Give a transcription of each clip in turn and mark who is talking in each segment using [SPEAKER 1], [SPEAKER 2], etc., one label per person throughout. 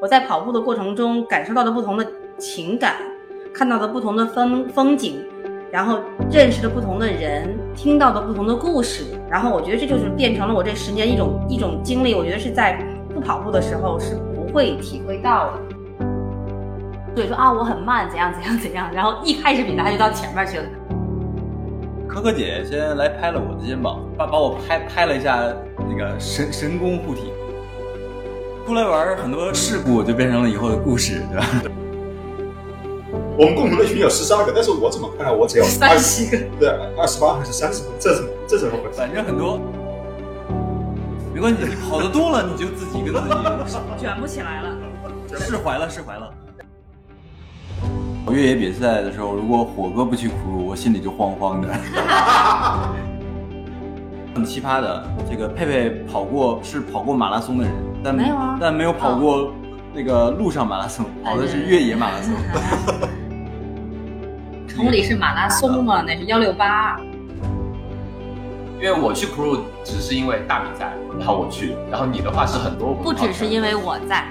[SPEAKER 1] 我在跑步的过程中感受到的不同的情感，看到的不同的风风景，然后认识的不同的人，听到的不同的故事，然后我觉得这就是变成了我这十年一种一种经历。我觉得是在不跑步的时候是不会体会到的。所以说啊，我很慢，怎样怎样怎样，然后一开始比赛就到前面去了。
[SPEAKER 2] 可可姐先来拍了我的肩膀，把把我拍拍了一下，那个神神功护体。出来玩很多事故就变成了以后的故事，对吧？
[SPEAKER 3] 我们共同的群有十三个，但是我怎么看啊来我只有
[SPEAKER 1] 三十个？
[SPEAKER 3] 对，二十八还是三十？这怎么这怎么回事？
[SPEAKER 2] 反正很多。没关系，你跑得多了，你就自己跟自己
[SPEAKER 1] 卷不起来了，
[SPEAKER 2] 释怀了，释怀了。越野比赛的时候，如果火哥不去苦路，我心里就慌慌的。 很奇葩的，这个佩佩跑过是跑过马拉松的人，但
[SPEAKER 1] 没有啊嗯
[SPEAKER 2] 但没有跑过那个路上马拉松，跑的是越野马拉松。
[SPEAKER 1] 崇礼是马拉松嘛，
[SPEAKER 2] 啊
[SPEAKER 1] 那是幺六八。
[SPEAKER 4] 因为我去 crew 只是因为大比赛，然后我去，然后你的话是很多
[SPEAKER 1] 不只是因为我在，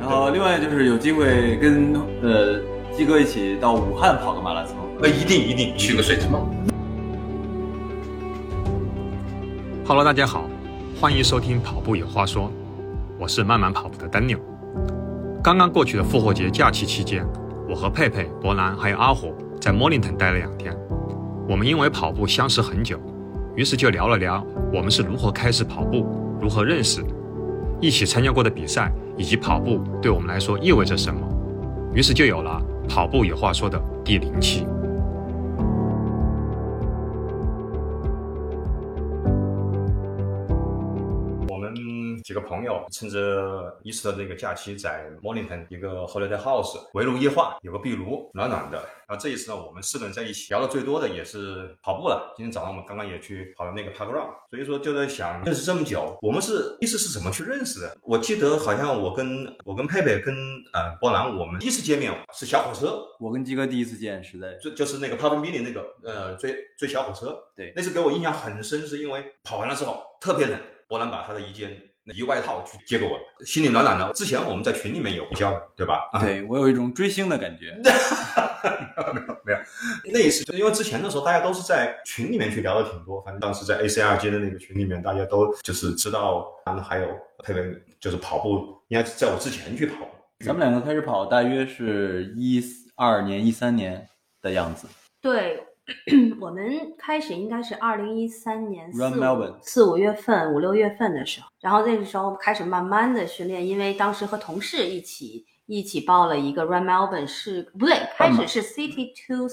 [SPEAKER 2] 然后另外就是有机会跟呃鸡哥一起到武汉跑个马拉松，
[SPEAKER 3] 那一定一定
[SPEAKER 4] 去个水之梦。
[SPEAKER 5] Hello，大家好，欢迎收听《跑步有话说》，我是慢慢跑步的丹鸟。刚刚过去的复活节假期期间，我和佩佩、博南还有阿火在 Mornington 待了两天。我们因为跑步相识很久，于是就聊了聊我们是如何开始跑步、如何认识、一起参加过的比赛，以及跑步对我们来说意味着什么。于是就有了《跑步有话说》的第零期。
[SPEAKER 6] 嗯几个朋友趁着伊斯特这个假期，在 Mornington 一个 holiday house 围炉夜话，有个壁炉，暖暖的。然后这一次呢，我们四个人在一起聊的最多的也是跑步了。今天早上我们刚刚也去跑了那个 park run，所以说就在想，认识这么久，我们是第一次是怎么去认识的？我记得好像我跟我跟佩佩跟呃波兰，我们第一次见面是小火车，
[SPEAKER 2] 我跟鸡哥第一次见实在
[SPEAKER 6] 就就是那个 Pub Mini 那个呃追追小火车，
[SPEAKER 2] 对
[SPEAKER 6] 那次给我印象很深，是因为跑完了之后特别冷，波兰把他的一件一外套去借给我，心里暖暖的。之前我们在群里面有互相，对吧？啊，
[SPEAKER 2] 对我有一种追星的感觉。
[SPEAKER 6] 那一次就因为之前的时候大家都是在群里面去聊的挺多，反正当时在 ACR 街的那个群里面，大家都就是知道，然后还有特别就是跑步，应该是在我之前去跑步。
[SPEAKER 2] 咱们两个开始跑，大约是一二年、一三年的样子。
[SPEAKER 1] 对， 我们开始应该是二零一三年
[SPEAKER 2] Run
[SPEAKER 1] 四
[SPEAKER 2] Melbourne
[SPEAKER 1] 五四五月份、五六月份的时候，然后那个时候开始慢慢的训练，因为当时和同事一起一起报了一个 Run Melbourne，是不对，开始是 City to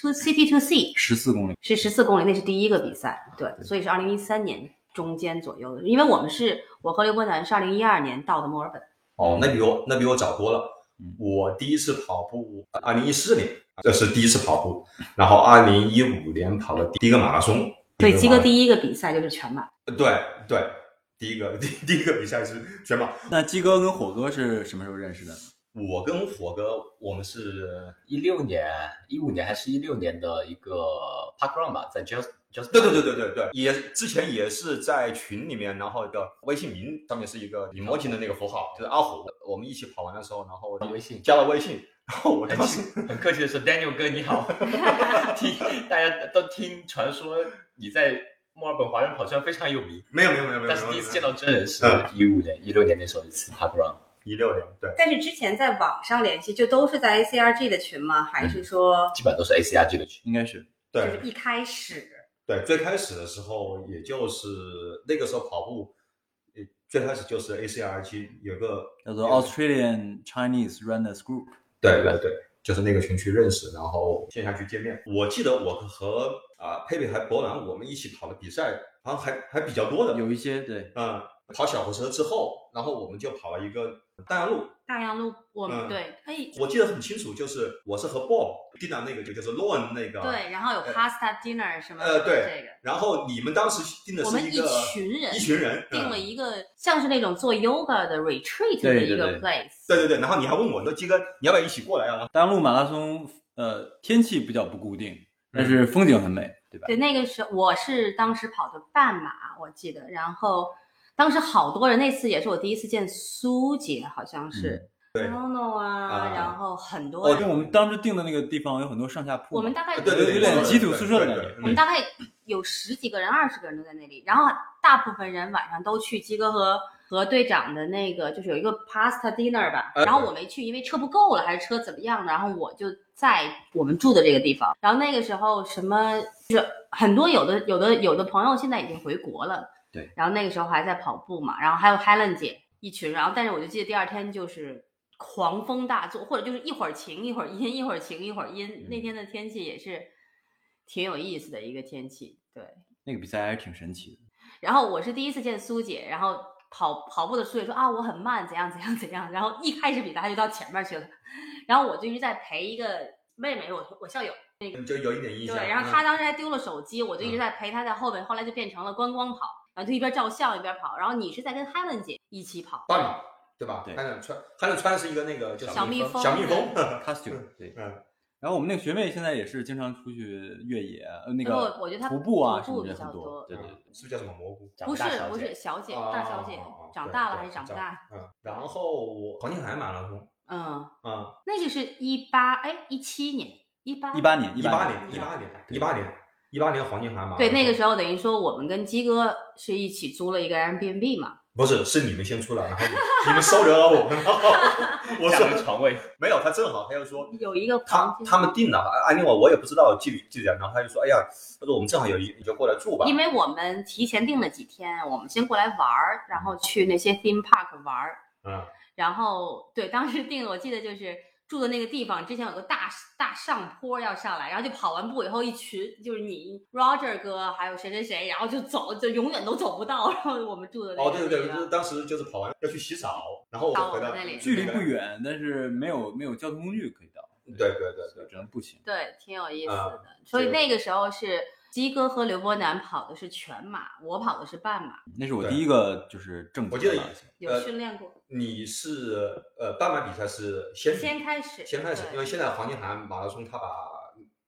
[SPEAKER 1] to City to C
[SPEAKER 2] 十四公里，
[SPEAKER 1] 是十四公里，那是第一个比赛，对，所以是二零一三年中间左右的，因为我们是我和刘伯南是二零一二年到的墨尔本，
[SPEAKER 4] 嗯
[SPEAKER 6] 哦，那比我那比我早多了
[SPEAKER 2] 嗯。
[SPEAKER 6] 我第一次跑步，二零一四年，这是第一次跑步。然后二零一五年跑的第一个马拉松，
[SPEAKER 1] 所以鸡哥
[SPEAKER 6] 马拉
[SPEAKER 1] 第一个比赛就是全马，
[SPEAKER 6] 对对，第一个第 第一个比赛是全马。
[SPEAKER 2] 那鸡哥跟火哥是什么时候认识的？
[SPEAKER 6] 我跟火哥，我们是，
[SPEAKER 4] 一六年、一五年还是一六年的一个 Park Run 吧，在 Just Just
[SPEAKER 6] 对对对对对对，也之前也是在群里面，然后一个微信名上面是一个李摩琴的那个符号，就是阿虎。我们一起跑完的时候，然后
[SPEAKER 4] 微信哎
[SPEAKER 6] 加了微信，然后我当时
[SPEAKER 4] 很客气的说，Daniel 哥 你好，听大家都听传说你在墨尔本华人跑圈非常有名，
[SPEAKER 6] 没有没有没有没有，嗯
[SPEAKER 4] 但是第一次见到真人是一五年、一六年那时候一次 Park Run，
[SPEAKER 6] 一六年，对。
[SPEAKER 1] 但是之前在网上联系，就都是在 ACRG 的群吗？
[SPEAKER 2] 嗯
[SPEAKER 1] 还是说
[SPEAKER 4] 基本上都是 ACRG 的群。
[SPEAKER 2] 应该是
[SPEAKER 1] 就
[SPEAKER 6] 对，
[SPEAKER 1] 是一开始？
[SPEAKER 6] 对，最开始的时候，也就是那个时候跑步，呃，最开始就是 ACRG 有个
[SPEAKER 2] 叫做 Australian Chinese Runners Group。
[SPEAKER 6] 对对对，就是那个群去认识，然后线下去见面。我记得我和啊、佩佩还博兰，我们一起跑的比赛，好像还还比较多的。
[SPEAKER 2] 有一些对，
[SPEAKER 6] 嗯，跑小火车之后，然后我们就跑了一个大洋路。
[SPEAKER 1] 大洋路，我们、
[SPEAKER 6] 嗯
[SPEAKER 1] 对，哎，
[SPEAKER 6] 我记得很清楚，就是我是和 Bob 定到那个，就就是 Loan 那个。
[SPEAKER 1] 对，。然后有 pasta dinner 什么，
[SPEAKER 6] 呃，
[SPEAKER 1] 这
[SPEAKER 6] 对
[SPEAKER 1] 个，。
[SPEAKER 6] 然后你们当时定的
[SPEAKER 1] 我
[SPEAKER 6] 是
[SPEAKER 1] 们
[SPEAKER 6] 一个
[SPEAKER 1] 群人
[SPEAKER 6] 一群人
[SPEAKER 1] 定了
[SPEAKER 6] 嗯
[SPEAKER 1] 一个像是那种做 yoga 的 retreat 的
[SPEAKER 2] 对对
[SPEAKER 1] 一个
[SPEAKER 2] 对
[SPEAKER 1] place，
[SPEAKER 6] 对对对，然后你还问我说：“鸡哥，你要不要一起过来啊？”
[SPEAKER 2] 大陆马拉松，呃，天气比较不固定，但是
[SPEAKER 1] 嗯
[SPEAKER 2] 风景很美，对吧？
[SPEAKER 1] 对那个时候我是当时跑的半马，我记得，然后当时好多人，那次也是我第一次见苏姐，好像是、
[SPEAKER 6] 嗯对
[SPEAKER 1] Nono 啊，
[SPEAKER 6] 啊
[SPEAKER 1] 然后很多
[SPEAKER 2] 哦，
[SPEAKER 1] 人，
[SPEAKER 2] 对，我们当时定的那个地方有很多上下铺嘛，
[SPEAKER 1] 我们大概
[SPEAKER 6] 对对对，
[SPEAKER 2] 有点集
[SPEAKER 6] 基
[SPEAKER 2] 体宿舍的感觉
[SPEAKER 1] 我们大概有十几个人、二十个人都在那里，然后大部分人晚上都去鸡哥和和队长的那个，就是有一个 pasta dinner 吧。
[SPEAKER 6] 哎
[SPEAKER 1] 然后我没去，因为车不够了，还是车怎么样的。然后我就在我们住的这个地方。然后那个时候什么就是很多有的有的有的朋友现在已经回国了，
[SPEAKER 6] 对。
[SPEAKER 1] 然后那个时候还在跑步嘛，然后还有 Helen 姐一群，然后但是我就记得第二天就是。狂风大作，或者就是一会儿晴一会儿阴，一会儿晴一会儿阴。那天的天气也是挺有意思的一个天气，对。
[SPEAKER 2] 那个比赛还是挺神奇的。
[SPEAKER 1] 然后我是第一次见苏姐，然后跑跑步的苏姐说啊我很慢，怎样怎样怎样。然后一开始比她就到前面去了，然后我就一直在陪一个妹妹，我我校友，
[SPEAKER 6] 就有一点印
[SPEAKER 1] 对
[SPEAKER 6] 象。，
[SPEAKER 1] 然后她当时还丢了手机，我就一直
[SPEAKER 6] 嗯
[SPEAKER 1] 在陪她在后面，后来就变成了观光跑，然后就一边照相一边跑。然后你是在跟 Helen 姐一起跑，
[SPEAKER 6] 大米对吧？
[SPEAKER 2] 对
[SPEAKER 6] 还能穿，还能穿是一个那个叫
[SPEAKER 1] 小蜜蜂
[SPEAKER 6] 小蜜蜂。
[SPEAKER 2] costume 对，
[SPEAKER 6] 嗯
[SPEAKER 2] 然后我们那个学妹现在也是经常出去越野，呃那
[SPEAKER 1] 然后
[SPEAKER 2] 个
[SPEAKER 1] 我我觉得她
[SPEAKER 2] 徒步啊
[SPEAKER 1] 徒
[SPEAKER 2] 什么
[SPEAKER 1] 步
[SPEAKER 2] 的
[SPEAKER 1] 比较
[SPEAKER 2] 很
[SPEAKER 1] 多
[SPEAKER 2] 对对对。
[SPEAKER 6] 是不是叫什么蘑菇？
[SPEAKER 4] 长
[SPEAKER 1] 不是
[SPEAKER 4] 大小
[SPEAKER 1] 不是
[SPEAKER 4] 姐
[SPEAKER 1] 小姐，
[SPEAKER 6] 哦
[SPEAKER 1] 大小姐
[SPEAKER 6] 哦哦哦，
[SPEAKER 1] 长
[SPEAKER 6] 对
[SPEAKER 1] 大了
[SPEAKER 6] 对
[SPEAKER 1] 还是长不
[SPEAKER 6] 长
[SPEAKER 1] 大？
[SPEAKER 6] 嗯，然后黄金海岸马拉松
[SPEAKER 1] 嗯，
[SPEAKER 6] 啊，
[SPEAKER 1] 那个是一八哎一七年一八
[SPEAKER 2] 一八年，
[SPEAKER 6] 一
[SPEAKER 2] 八
[SPEAKER 6] 八年，一
[SPEAKER 1] 对
[SPEAKER 6] 八年，一八年，一八年黄金海岸马拉松。
[SPEAKER 1] 对，那个时候等于说我们跟鸡哥是一起租了一个 Airbnb 嘛，
[SPEAKER 6] 不是是你们先出来，然后你你们收留了我们，然后 我
[SPEAKER 4] 占
[SPEAKER 6] 说
[SPEAKER 4] 了床位，
[SPEAKER 6] 没有，他正好他就 说
[SPEAKER 1] 有一个
[SPEAKER 6] 他
[SPEAKER 1] 房间。
[SPEAKER 6] 他们定了，按另外我也不知道具体具体怎么样，他就说哎呀，他说我们正好有一你就过来住吧，
[SPEAKER 1] 因为我们提前订了几天，我们先过来玩儿，然后去那些 theme park 玩儿，
[SPEAKER 6] 嗯，
[SPEAKER 1] 然后对，当时订的我记得就是住的那个地方之前有个大大上坡要上来，然后就跑完步以后一群就是你 Roger 哥还有谁谁谁，然后就走，就永远都走不到，然后我们住的那
[SPEAKER 6] 哦
[SPEAKER 1] 个
[SPEAKER 6] 对对
[SPEAKER 1] 地
[SPEAKER 6] 对，
[SPEAKER 1] 方
[SPEAKER 6] 就是当时就是跑完要去洗澡，然后我
[SPEAKER 1] 到我
[SPEAKER 6] 回
[SPEAKER 1] 们
[SPEAKER 6] 到
[SPEAKER 1] 那里
[SPEAKER 2] 距离不，远，但是没有没有交通工具可以到，
[SPEAKER 6] 对对对对
[SPEAKER 2] 所以。只能步行。
[SPEAKER 1] 对，挺有意思
[SPEAKER 6] 啊
[SPEAKER 1] 的。所以
[SPEAKER 6] 这个
[SPEAKER 1] 那个时候是
[SPEAKER 6] 呃
[SPEAKER 1] 鸡哥和刘波南跑的是全马，我跑的是半马，
[SPEAKER 2] 那是我
[SPEAKER 6] 对
[SPEAKER 2] 第一个就是正经
[SPEAKER 6] 我记得
[SPEAKER 2] 的马拉松
[SPEAKER 1] 有
[SPEAKER 6] 呃
[SPEAKER 1] 训练过。
[SPEAKER 6] 你是呃半马比赛是先
[SPEAKER 1] 先开始
[SPEAKER 6] 先开始，
[SPEAKER 1] 对
[SPEAKER 6] 因为现在黄金海岸马拉松它把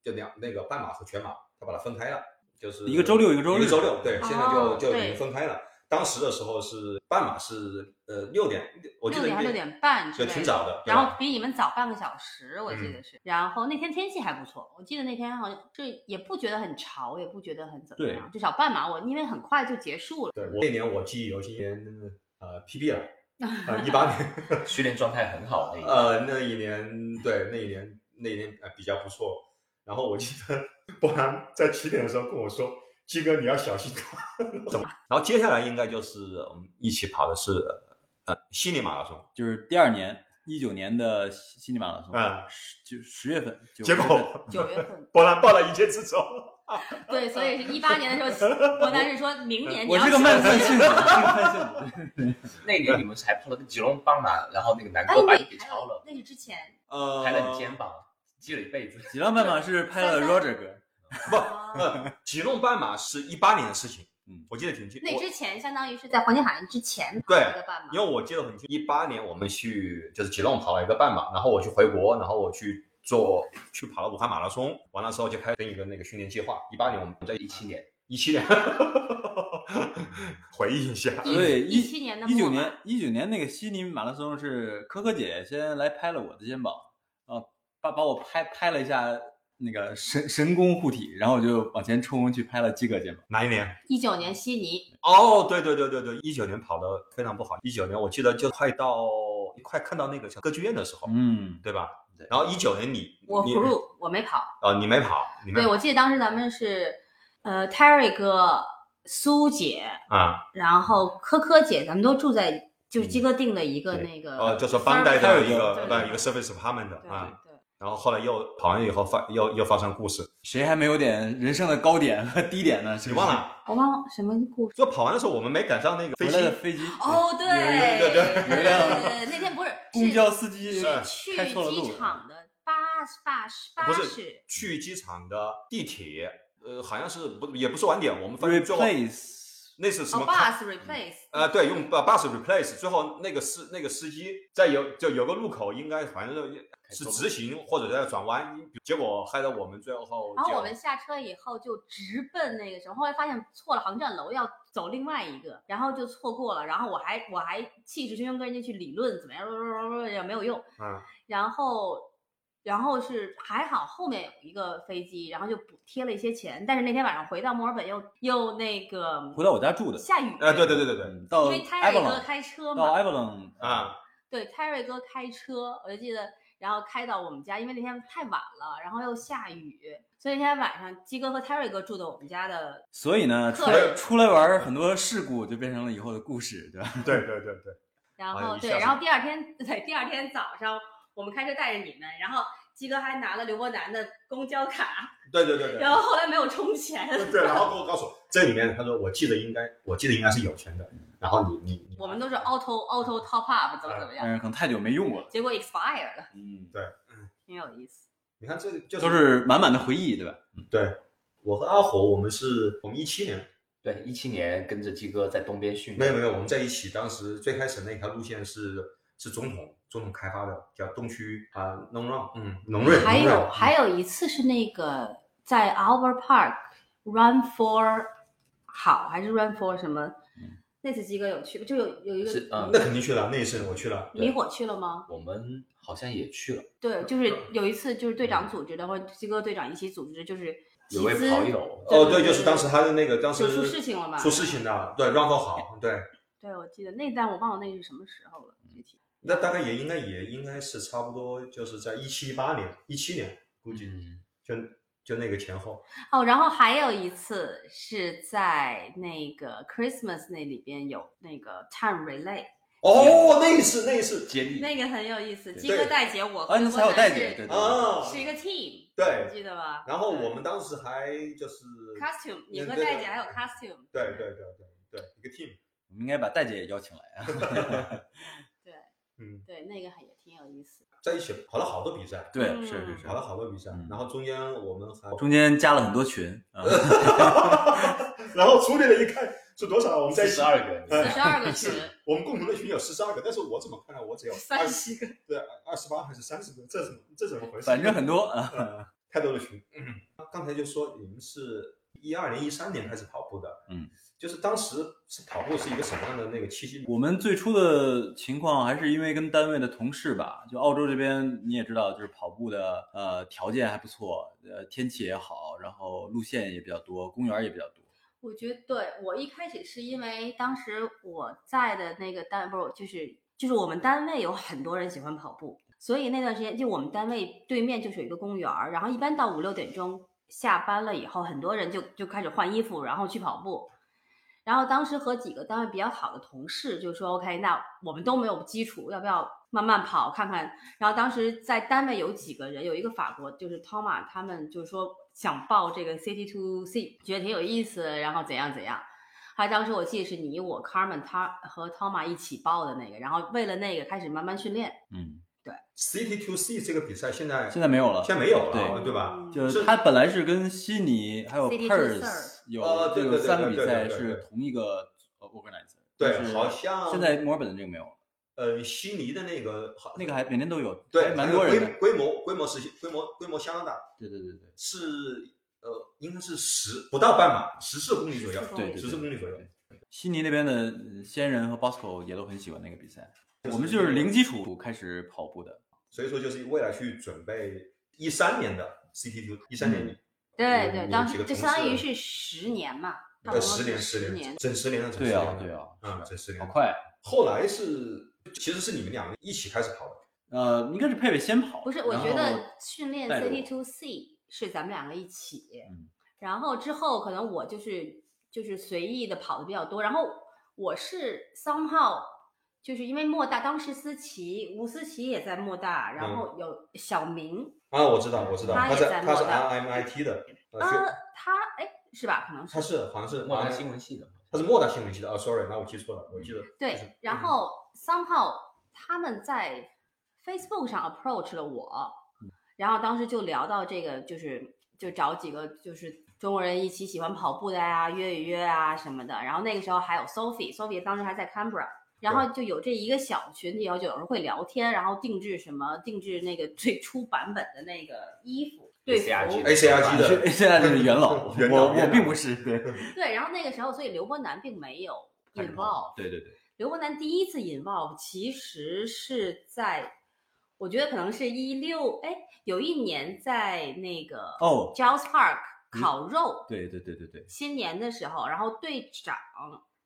[SPEAKER 6] 就两那个半马和全马它把它分开了，就是
[SPEAKER 2] 一个周六一个周日
[SPEAKER 6] 一个周六，对，
[SPEAKER 1] 哦
[SPEAKER 6] 现在就就已
[SPEAKER 1] 对
[SPEAKER 6] 经分开了。当时的时候是半马是呃六点，我记
[SPEAKER 1] 六
[SPEAKER 6] 得
[SPEAKER 1] 点还是六点半之
[SPEAKER 6] 就
[SPEAKER 1] 类
[SPEAKER 6] 挺早的，对
[SPEAKER 1] 然
[SPEAKER 6] 吧嗯
[SPEAKER 1] 后比你们早半个小时，我记得是。然后那天天气还不错，我记得那天好像这也不觉得很潮，也不觉得很怎么
[SPEAKER 2] 对
[SPEAKER 1] 样，至少半马我因为很快就结束了。
[SPEAKER 6] 对我那年我记忆犹新，呃 PB 了，呃一八年，
[SPEAKER 4] 训练状态很好那一年。
[SPEAKER 6] 呃那一年对那一年那一年呃比较不错。然后我记得波兰在起点的时候跟我说：“鸡哥你要小心他。” 然后接下来应该就是我们一起跑的是呃悉尼马拉松，
[SPEAKER 2] 就是第二年一九年的悉悉尼马拉松，
[SPEAKER 6] 嗯
[SPEAKER 2] 十就十月份，九
[SPEAKER 6] 结
[SPEAKER 2] 月份
[SPEAKER 6] 果
[SPEAKER 1] 九月份，
[SPEAKER 6] 波兰报了一箭之仇。
[SPEAKER 1] 对，所以是一八年的 时候，我当时说明年你
[SPEAKER 2] 我
[SPEAKER 1] 要
[SPEAKER 2] 是个慢
[SPEAKER 1] 小
[SPEAKER 2] 性
[SPEAKER 1] 心
[SPEAKER 2] 子，我是个慢性子。
[SPEAKER 4] 那年你们还碰了个吉隆棒嘛，然后那个南
[SPEAKER 1] 哎，
[SPEAKER 4] 哥把
[SPEAKER 1] 那
[SPEAKER 4] 你给
[SPEAKER 1] 还
[SPEAKER 4] 超
[SPEAKER 1] 有
[SPEAKER 4] 了，
[SPEAKER 1] 那是之 前，
[SPEAKER 6] 呃，
[SPEAKER 4] 拍了你肩膀，系了一辈子。
[SPEAKER 2] 几辆半马是拍了
[SPEAKER 1] 三三
[SPEAKER 2] Roger 哥，
[SPEAKER 1] 哦
[SPEAKER 6] 呃，吉隆半马是一八年的事情，
[SPEAKER 2] 嗯
[SPEAKER 6] 嗯，我记得挺清。
[SPEAKER 1] 那
[SPEAKER 6] 我
[SPEAKER 1] 之前相当于是在黄金海岸之前跑
[SPEAKER 6] 对
[SPEAKER 1] 一个半马，
[SPEAKER 6] 因为我记得很清，一八年我们去就是吉隆跑了一个半马，然后我去回国，然后我去做去跑了武汉马拉松，完了之后就开始一个那个训练计划。一八年我们在
[SPEAKER 4] 一七年，
[SPEAKER 6] 一七年， 回忆一下，
[SPEAKER 1] 一
[SPEAKER 2] 对
[SPEAKER 1] 一七年的
[SPEAKER 2] 一
[SPEAKER 1] 末
[SPEAKER 2] 九
[SPEAKER 1] 马
[SPEAKER 2] 年一九年那个悉尼马拉松是珂珂姐先来拍了我的肩膀，啊，把把我拍拍了一下那个神神功护体，然后我就往前冲去拍了鸡哥肩膀。
[SPEAKER 6] 哪一年？
[SPEAKER 1] 一九年悉尼，
[SPEAKER 6] 哦，对对对对对，一九年跑得非常不好。一九年我记得就快到快看到那个小歌剧院的时候，
[SPEAKER 2] 嗯，
[SPEAKER 6] 对吧？
[SPEAKER 2] 对
[SPEAKER 6] 然后一九年你
[SPEAKER 1] 我
[SPEAKER 6] 你
[SPEAKER 1] 葫芦我没跑。
[SPEAKER 6] 呃你没跑，你没
[SPEAKER 1] 对，我记得当时咱们是，呃，Terry 哥、苏姐，
[SPEAKER 6] 啊
[SPEAKER 1] 然后珂珂姐，咱们都住在就是鸡哥订的一个
[SPEAKER 2] 对
[SPEAKER 1] 那个，
[SPEAKER 6] 嗯呃就说
[SPEAKER 1] service
[SPEAKER 6] 班代的一个
[SPEAKER 1] 对
[SPEAKER 6] 呃
[SPEAKER 1] 对
[SPEAKER 6] 一个 service apartment
[SPEAKER 1] 对
[SPEAKER 6] 啊，
[SPEAKER 1] 对
[SPEAKER 6] 然后后来又跑完以后发又又发生故事，
[SPEAKER 2] 谁还没有点人生的高点和低点呢？是
[SPEAKER 6] 你
[SPEAKER 2] 不是
[SPEAKER 6] 忘？了？
[SPEAKER 1] 我忘了什么故事。
[SPEAKER 6] 就跑完的时候我们没赶上那个
[SPEAKER 2] 回来
[SPEAKER 6] 飞
[SPEAKER 2] 的
[SPEAKER 6] 机，
[SPEAKER 2] 飞机，
[SPEAKER 1] 哦，对
[SPEAKER 6] 有一个对
[SPEAKER 1] 对对，那天不是
[SPEAKER 2] 嗯公交司机
[SPEAKER 1] 是去
[SPEAKER 2] 开错了路
[SPEAKER 1] 机。场的巴士巴士巴
[SPEAKER 6] 啊不是
[SPEAKER 1] 士，
[SPEAKER 6] 去机场的地铁，呃好像是不也不是晚点，我们反正最后
[SPEAKER 2] Replace
[SPEAKER 6] 那是什
[SPEAKER 1] 哦
[SPEAKER 6] 么看？
[SPEAKER 1] ，bus replace，
[SPEAKER 6] 呃，对，用把 bus replace，最后那个司那个司机在有就有个路口，应该反正就是直行或者在转弯，结果害得我们最后就。
[SPEAKER 1] 然后我们下车以后就直奔那个什么，后来发现错了航站楼，要走另外一个，然后就错过了，然后我还我还气势汹汹跟人家去理论怎么样， 也没有用，
[SPEAKER 6] 嗯，
[SPEAKER 1] 然后然后是还好后面有一个飞机，然后就补贴了一些钱，但是那天晚上回到墨尔本又又那个
[SPEAKER 2] 回到我家住的。
[SPEAKER 1] 下雨，
[SPEAKER 6] 哎，对对对对对，
[SPEAKER 2] 嗯，到
[SPEAKER 1] 因为 Terry 哥
[SPEAKER 2] Avalon，
[SPEAKER 1] 开车
[SPEAKER 2] 到
[SPEAKER 1] 嘛，
[SPEAKER 2] Avalon
[SPEAKER 6] 啊，
[SPEAKER 1] 对 Terry 哥开车，我就记得，然后开到我们家，因为那天太晚了，然后又下雨，所以那天晚上鸡哥和 Terry 哥住的我们家的，
[SPEAKER 2] 所以呢，出
[SPEAKER 1] 客
[SPEAKER 2] 来
[SPEAKER 1] 人
[SPEAKER 2] 出来玩儿很多事故就变成了以后的故事，对吧？
[SPEAKER 6] 对对对对，
[SPEAKER 1] 然
[SPEAKER 6] 哎
[SPEAKER 1] 后
[SPEAKER 6] 你
[SPEAKER 1] 对，
[SPEAKER 6] 吓死
[SPEAKER 1] 然后第二天对第二天早上我们开车带着你们，然后鸡哥还拿了刘伯南的公交卡，
[SPEAKER 6] 对对对对
[SPEAKER 1] 然后后来没有充钱，
[SPEAKER 3] 对，然后跟我告诉我，
[SPEAKER 6] 这里面他说，我记得应该，我记得应该是有钱的。然后你你你，
[SPEAKER 1] 我们都是 auto auto top up 怎么怎么
[SPEAKER 2] 但
[SPEAKER 1] 样，
[SPEAKER 2] 是可能太久没用过了，
[SPEAKER 1] 结果 expire 了，
[SPEAKER 2] 嗯，
[SPEAKER 1] 挺有意思。
[SPEAKER 6] 你看这个就
[SPEAKER 2] 都是满满的回忆，对吧？
[SPEAKER 6] 我和阿火，我们是我们一七年，
[SPEAKER 4] 对，一七年跟着鸡哥在东边训
[SPEAKER 6] 没
[SPEAKER 4] 练，
[SPEAKER 6] 有没有，我们在一起。当时最开始那条路线是是总统总统开发的，叫东区啊农让，嗯，农润，
[SPEAKER 1] 还
[SPEAKER 6] 农润
[SPEAKER 1] 有还有一次是那个在 Albert Park Run for 好还是 Run for 什么？那次鸡哥有去，就有有一
[SPEAKER 4] 是
[SPEAKER 1] 个
[SPEAKER 4] 嗯
[SPEAKER 6] 那肯定去了，那一次我去了，
[SPEAKER 1] 你火去了吗？
[SPEAKER 4] 我们好像也去了。
[SPEAKER 1] 对，就是有一次就是队长组织的，或者鸡哥队长一起组织，就是
[SPEAKER 4] 有位
[SPEAKER 1] 集资
[SPEAKER 4] 跑友
[SPEAKER 6] 哦，对，就是当时他的那个，当时
[SPEAKER 1] 就出事情了嘛
[SPEAKER 6] 出事情了，对，让后好，对，
[SPEAKER 1] 对，我记得那但我忘了那是什么时候了，具体
[SPEAKER 6] 那大概也应该也应该是差不多，就是在一七一八年，一七年估计、
[SPEAKER 4] 嗯，
[SPEAKER 6] 就就那个前后，
[SPEAKER 1] 哦。然后还有一次是在那个 Christmas 那里边有那个 Time Relay，
[SPEAKER 6] 哦，那一次那一次
[SPEAKER 2] 接力，
[SPEAKER 1] 那个很有意思。鸡
[SPEAKER 6] 对
[SPEAKER 1] 哥带姐，我
[SPEAKER 2] 啊，
[SPEAKER 1] 和
[SPEAKER 2] 那
[SPEAKER 1] 刘
[SPEAKER 2] 才有
[SPEAKER 1] 伯
[SPEAKER 2] 带
[SPEAKER 1] 南
[SPEAKER 2] 姐，对
[SPEAKER 1] 是
[SPEAKER 2] 对对，
[SPEAKER 6] 啊，
[SPEAKER 1] 是一个 team，
[SPEAKER 6] 对
[SPEAKER 1] 记得吧？
[SPEAKER 6] 然后我
[SPEAKER 1] 对
[SPEAKER 6] 们当时还就是，
[SPEAKER 1] costume，你
[SPEAKER 6] 嗯
[SPEAKER 1] 和
[SPEAKER 6] 对
[SPEAKER 1] 戴
[SPEAKER 6] 对
[SPEAKER 1] 姐还有 costume，
[SPEAKER 6] 对对对对对，一个 team，
[SPEAKER 2] 我们应该把戴姐也邀请 来啊。
[SPEAKER 1] 对
[SPEAKER 6] 嗯，
[SPEAKER 1] 对，那个还也挺有意思。
[SPEAKER 6] 在一起跑了好多比赛，
[SPEAKER 2] 对，
[SPEAKER 1] 嗯
[SPEAKER 2] 是是是
[SPEAKER 6] 跑，了好多比赛，
[SPEAKER 2] 嗯
[SPEAKER 6] 然后中间我们还，
[SPEAKER 2] 中间加了很多群啊，
[SPEAKER 3] 然后出来了一看是多少，我们在
[SPEAKER 4] 在
[SPEAKER 3] 一起
[SPEAKER 4] 十，二个，你
[SPEAKER 1] 四
[SPEAKER 6] 呃
[SPEAKER 1] 十
[SPEAKER 4] 看
[SPEAKER 1] 二个 群，
[SPEAKER 3] 我们共同的群有十二个，但是我怎么看来我只有
[SPEAKER 1] 三十个，
[SPEAKER 3] 对二十八还是三十个，这怎么这怎么回事？
[SPEAKER 2] 反正很多啊，
[SPEAKER 6] 呃太多的群。嗯刚才就说你们是一二年、一三年开始跑步的，
[SPEAKER 2] 嗯，
[SPEAKER 6] 就是当时是跑步是一个什么样的那个契机？
[SPEAKER 2] 我们最初的情况还是因为跟单位的同事吧，就澳洲这边你也知道，就是跑步的呃条件还不错，呃天气也好，然后路线也比较多，公园儿也比较多。
[SPEAKER 1] 我觉得对我一开始是因为当时我在的那个单不是就是就是我们单位有很多人喜欢跑步，所以那段时间就我们单位对面就是有一个公园儿，然后一般到五六点钟下班了以后，很多人就就开始换衣服，然后去跑步。然后当时和几个单位比较好的同事就说：“OK，那我们都没有基础，要不要慢慢跑看看？”然后当时在单位有几个人，有一个法国就是 Toma，他们就说想报这个 City to C，觉得挺有意思，然后怎样怎样。还有当时我记得是你我 Carmen 他和 Toma 一起报的那个，然后为了那个开始慢慢训练。
[SPEAKER 2] 嗯，
[SPEAKER 6] City to C 这个比赛现在
[SPEAKER 2] 现在没有了，
[SPEAKER 6] 现在没有了，
[SPEAKER 2] 对
[SPEAKER 6] 哦对吧？
[SPEAKER 1] 嗯
[SPEAKER 2] 就是它本来是跟悉尼还有
[SPEAKER 1] City to
[SPEAKER 2] Perth
[SPEAKER 1] Surf
[SPEAKER 2] 有
[SPEAKER 6] 哦
[SPEAKER 2] 这
[SPEAKER 6] 对
[SPEAKER 2] 个
[SPEAKER 6] 对对
[SPEAKER 2] 三个比
[SPEAKER 6] 对对
[SPEAKER 2] 赛
[SPEAKER 6] 对对
[SPEAKER 2] 是
[SPEAKER 6] 对
[SPEAKER 2] 同一个呃 organizer，
[SPEAKER 6] 对
[SPEAKER 2] 但，是
[SPEAKER 6] 好像
[SPEAKER 2] 现在墨尔本的这个没有了，
[SPEAKER 6] 呃悉尼的那个好
[SPEAKER 2] 那个还每年都有，
[SPEAKER 6] 对
[SPEAKER 2] 还蛮多人
[SPEAKER 6] 那
[SPEAKER 2] 的
[SPEAKER 6] 个。规规模规模是规模规模相当大，
[SPEAKER 2] 对对对对，
[SPEAKER 6] 是呃应该是十不到半马，十四公里左右
[SPEAKER 1] 14，公
[SPEAKER 2] 里对对
[SPEAKER 6] 十四公里左右。
[SPEAKER 2] 悉尼那边的呃仙人和 Bosco 也都很喜欢那个比赛。我们就是零基础开始跑步的，
[SPEAKER 6] 所以说就是为了去准备一三年的 CT to 一三年，
[SPEAKER 1] 对
[SPEAKER 6] 嗯
[SPEAKER 1] 对，
[SPEAKER 6] 有
[SPEAKER 1] 当
[SPEAKER 6] 几
[SPEAKER 1] 时
[SPEAKER 6] 个
[SPEAKER 1] 就
[SPEAKER 6] 同
[SPEAKER 1] 相当于是
[SPEAKER 6] 事
[SPEAKER 1] 十年嘛，差不
[SPEAKER 6] 呃
[SPEAKER 1] 多
[SPEAKER 6] 十年
[SPEAKER 1] 十
[SPEAKER 6] 年，整十年了，整十
[SPEAKER 2] 对
[SPEAKER 6] 年
[SPEAKER 2] 啊
[SPEAKER 6] 了，
[SPEAKER 2] 对啊，
[SPEAKER 6] 嗯，整十
[SPEAKER 2] 好
[SPEAKER 6] 年。
[SPEAKER 2] 快。
[SPEAKER 6] 后来是其实是你们两个一起开始跑的，
[SPEAKER 2] 呃，应该是佩佩先跑，
[SPEAKER 1] 不是，我
[SPEAKER 2] 然
[SPEAKER 1] 觉
[SPEAKER 2] 后
[SPEAKER 1] 得训练
[SPEAKER 2] 带着
[SPEAKER 1] City
[SPEAKER 2] 我
[SPEAKER 1] to C 是咱们两个一起，
[SPEAKER 2] 嗯
[SPEAKER 1] 然后之后可能我就是就是随意的跑的比较多，然后我是 somehow 就是因为莫大当时思琪吴思琪也在莫大，
[SPEAKER 2] 嗯
[SPEAKER 1] 然后有小明、
[SPEAKER 6] 啊，我知道我知道，
[SPEAKER 1] 他也
[SPEAKER 6] 他是
[SPEAKER 1] 在
[SPEAKER 6] 他是
[SPEAKER 1] 莫大
[SPEAKER 6] RMIT 的，呃，
[SPEAKER 1] 啊
[SPEAKER 6] 学，
[SPEAKER 1] 他哎是吧？可能是
[SPEAKER 6] 他是好像是
[SPEAKER 4] 莫南
[SPEAKER 6] RMIT
[SPEAKER 4] 新闻系的，
[SPEAKER 6] 他是莫大新闻系的啊，sorry，那我记错了，我记得就是嗯
[SPEAKER 1] 对，然后 somehow 他们在 Facebook 上 approach 了我，
[SPEAKER 6] 嗯
[SPEAKER 1] 然后当时就聊到这个，就是就找几个就是中国人一起喜欢跑步的呀、约一约啊什么的。然后那个时候还有 Sophie，Sophie 当时还在 Canberra。然后就有这一个小群体，然后就有人会聊天，然后定制什么，定制那个最初版本的那个衣服，对
[SPEAKER 4] ACRG
[SPEAKER 1] 服
[SPEAKER 4] 的
[SPEAKER 6] ACRG 的
[SPEAKER 2] 现在就是元老，
[SPEAKER 6] 元老
[SPEAKER 2] 我
[SPEAKER 6] 元
[SPEAKER 2] 我
[SPEAKER 6] 老
[SPEAKER 2] 并不是，对，
[SPEAKER 1] 对，然后那个时候，所以刘伯南并没有
[SPEAKER 6] 太多
[SPEAKER 1] involve。
[SPEAKER 6] 对对对，
[SPEAKER 1] 刘伯南第一次 involve 其实是在，我觉得可能是一六哎，有一年在那个
[SPEAKER 2] 哦
[SPEAKER 1] j o w s Park
[SPEAKER 4] 嗯
[SPEAKER 1] 烤肉、
[SPEAKER 2] 对对对对对，
[SPEAKER 1] 新年的时候，然后队长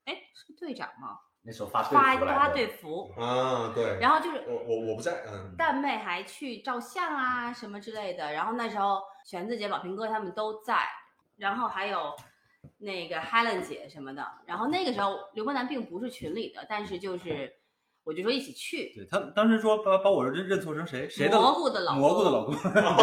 [SPEAKER 1] 哎是队长吗？
[SPEAKER 4] 那时候发队
[SPEAKER 1] 发
[SPEAKER 4] 服
[SPEAKER 1] 发
[SPEAKER 4] 来
[SPEAKER 1] 队
[SPEAKER 4] 的，
[SPEAKER 1] 服，
[SPEAKER 3] 啊，对，
[SPEAKER 1] 然后就是
[SPEAKER 3] 我我我不在，嗯，
[SPEAKER 1] 蛋妹还去照相啊什么之类的。然后那时候玄子姐、宝平哥他们都在，然后还有那个 Helen 姐什么的。然后那个时候刘伯南并不是群里的，但是就是我就说一起去。
[SPEAKER 2] 对他们当时说把把我认认错成谁谁的
[SPEAKER 1] 蘑菇的老公
[SPEAKER 2] 蘑菇的老公，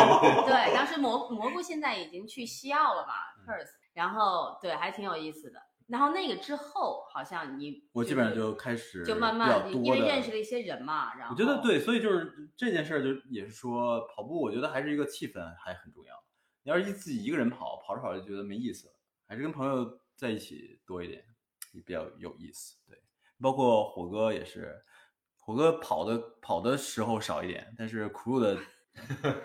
[SPEAKER 1] 对，当时蘑蘑菇现在已经去西澳了嘛，Perth，然
[SPEAKER 2] 嗯
[SPEAKER 1] 后对，还挺有意思的。然后那个之后，好像你
[SPEAKER 2] 我基本上就开始
[SPEAKER 1] 就慢慢地
[SPEAKER 2] 比较
[SPEAKER 1] 因
[SPEAKER 2] 多
[SPEAKER 1] 为
[SPEAKER 2] 的
[SPEAKER 1] 认识了一些人嘛，然后
[SPEAKER 2] 我觉得对，所以就是这件事儿，就也是说跑步，我觉得还是一个气氛还很重要。你要是一自己一个人跑，跑着跑着就觉得没意思了，还是跟朋友在一起多一点，也比较有意思。对，包括火哥也是，火哥跑的跑的时候少一点，但是 crew 的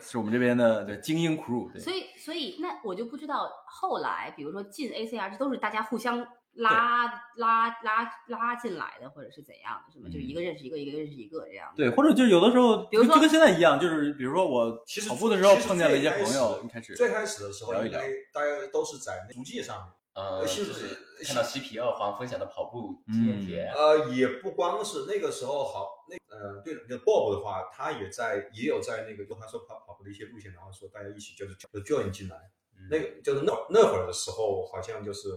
[SPEAKER 2] 是我们这边的对精英 crew，对
[SPEAKER 1] 所以，所以那我就不知道后来，比如说进 ACR，这都是大家互相拉拉拉拉进来的，或者是怎样的，是吗？
[SPEAKER 2] 嗯
[SPEAKER 1] 就一个认识一个，一个认识一个这样的。
[SPEAKER 2] 对，或者就是有的时候，
[SPEAKER 1] 比如说
[SPEAKER 2] 就跟现在一样，就是比如说我
[SPEAKER 3] 其实
[SPEAKER 2] 跑步的时候
[SPEAKER 3] 其实
[SPEAKER 2] 碰见了一些
[SPEAKER 3] 最
[SPEAKER 2] 朋友，开始
[SPEAKER 3] 最开始的时候，
[SPEAKER 2] 聊一
[SPEAKER 3] 应
[SPEAKER 2] 聊
[SPEAKER 3] 该大家都是在足迹上面，
[SPEAKER 4] 呃，
[SPEAKER 3] 是
[SPEAKER 4] 就是看到 CP 二黄分享的跑步纪
[SPEAKER 1] 嗯
[SPEAKER 4] 念帖，
[SPEAKER 3] 呃，也不光是那个时候好，那呃，对，那 Bob 的话，他也在也有在那个，就他说跑跑步的一些路线，然后说大家一起就是就 join 进来，
[SPEAKER 4] 嗯
[SPEAKER 3] 那个就是那那会儿的时候，好像就是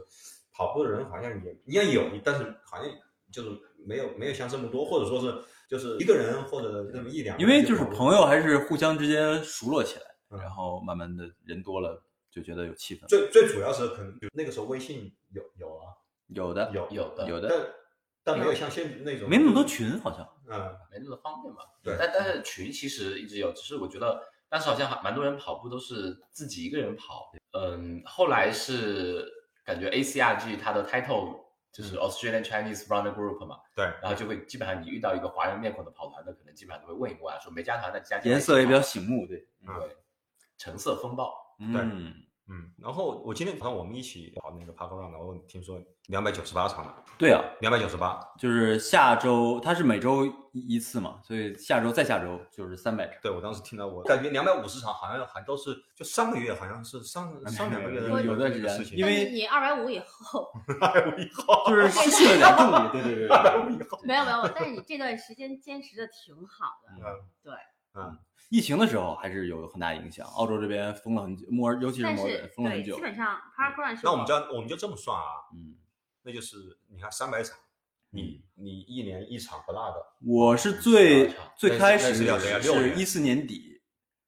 [SPEAKER 3] 跑步的人好像也应该有，但是好像就是没有没有像这么多，或者说是就是一个人或者那么一两个
[SPEAKER 2] 因
[SPEAKER 3] 人
[SPEAKER 2] 为
[SPEAKER 3] 跑步，
[SPEAKER 2] 就是朋友还是互相之间熟络起来，
[SPEAKER 3] 嗯
[SPEAKER 2] 然后慢慢的人多了就觉得有气氛。
[SPEAKER 3] 最最主要是可能就那个时候微信有有啊，
[SPEAKER 2] 有的
[SPEAKER 3] 有
[SPEAKER 4] 嗯有的
[SPEAKER 2] 有
[SPEAKER 3] 但
[SPEAKER 2] 的，
[SPEAKER 3] 但没有像现那种
[SPEAKER 2] 没那么多，群，好像
[SPEAKER 3] 嗯，
[SPEAKER 4] 没那么方便嘛。
[SPEAKER 3] 对
[SPEAKER 4] 但但是群其实一直有，只是我觉得当时好像还蛮多人跑步都是自己一个人跑。嗯，后来是感觉 ACRG 它的 title 就是
[SPEAKER 2] 嗯
[SPEAKER 4] Australian Chinese Runner Group 嘛，
[SPEAKER 6] 对
[SPEAKER 4] 然后就会基本上你遇到一个华人面孔的跑团的，可能基本上都会问一问啊，说没加团的加进来
[SPEAKER 2] 颜色也比较嗯
[SPEAKER 4] 一起
[SPEAKER 2] 醒目，对，
[SPEAKER 4] 跑对，橙色风暴，
[SPEAKER 2] 嗯，
[SPEAKER 6] 嗯，然后我今天早上我们一起跑那个 park run，然后听说两百九十八场了，
[SPEAKER 2] 对啊，
[SPEAKER 6] 两百九十八，
[SPEAKER 2] 就是下周它是每周一一次嘛，所以下周再下周就是三百场。
[SPEAKER 6] 对我当时听到我感觉两百五十场好像还都是就上个月好像是上上两个月
[SPEAKER 2] 有
[SPEAKER 6] 的
[SPEAKER 2] 有段时
[SPEAKER 6] 这个
[SPEAKER 2] 间
[SPEAKER 6] 事情，
[SPEAKER 2] 因
[SPEAKER 1] 但
[SPEAKER 2] 为
[SPEAKER 1] 是你二百五以 后
[SPEAKER 2] 就是失去了点动力，对对对对。
[SPEAKER 1] 没有没有，但是你这段时间坚持的挺好的。
[SPEAKER 6] 嗯
[SPEAKER 1] 对，
[SPEAKER 2] 疫情的时候还是有很大影响，澳洲这边封了很久，墨尔尤其是
[SPEAKER 1] 但
[SPEAKER 2] 墨尔
[SPEAKER 1] 是
[SPEAKER 2] 本封了很
[SPEAKER 1] 对，
[SPEAKER 2] 久
[SPEAKER 1] 基，本上 Parkrun 是
[SPEAKER 6] 那我们就按我们就这么算啊，
[SPEAKER 2] 嗯。
[SPEAKER 6] 那就是你看三百场，你你一年一场不落的，
[SPEAKER 2] 我是最
[SPEAKER 4] 是吧
[SPEAKER 2] 最开始
[SPEAKER 6] 类似类似要聊
[SPEAKER 2] 是
[SPEAKER 6] 聊
[SPEAKER 2] 一四年底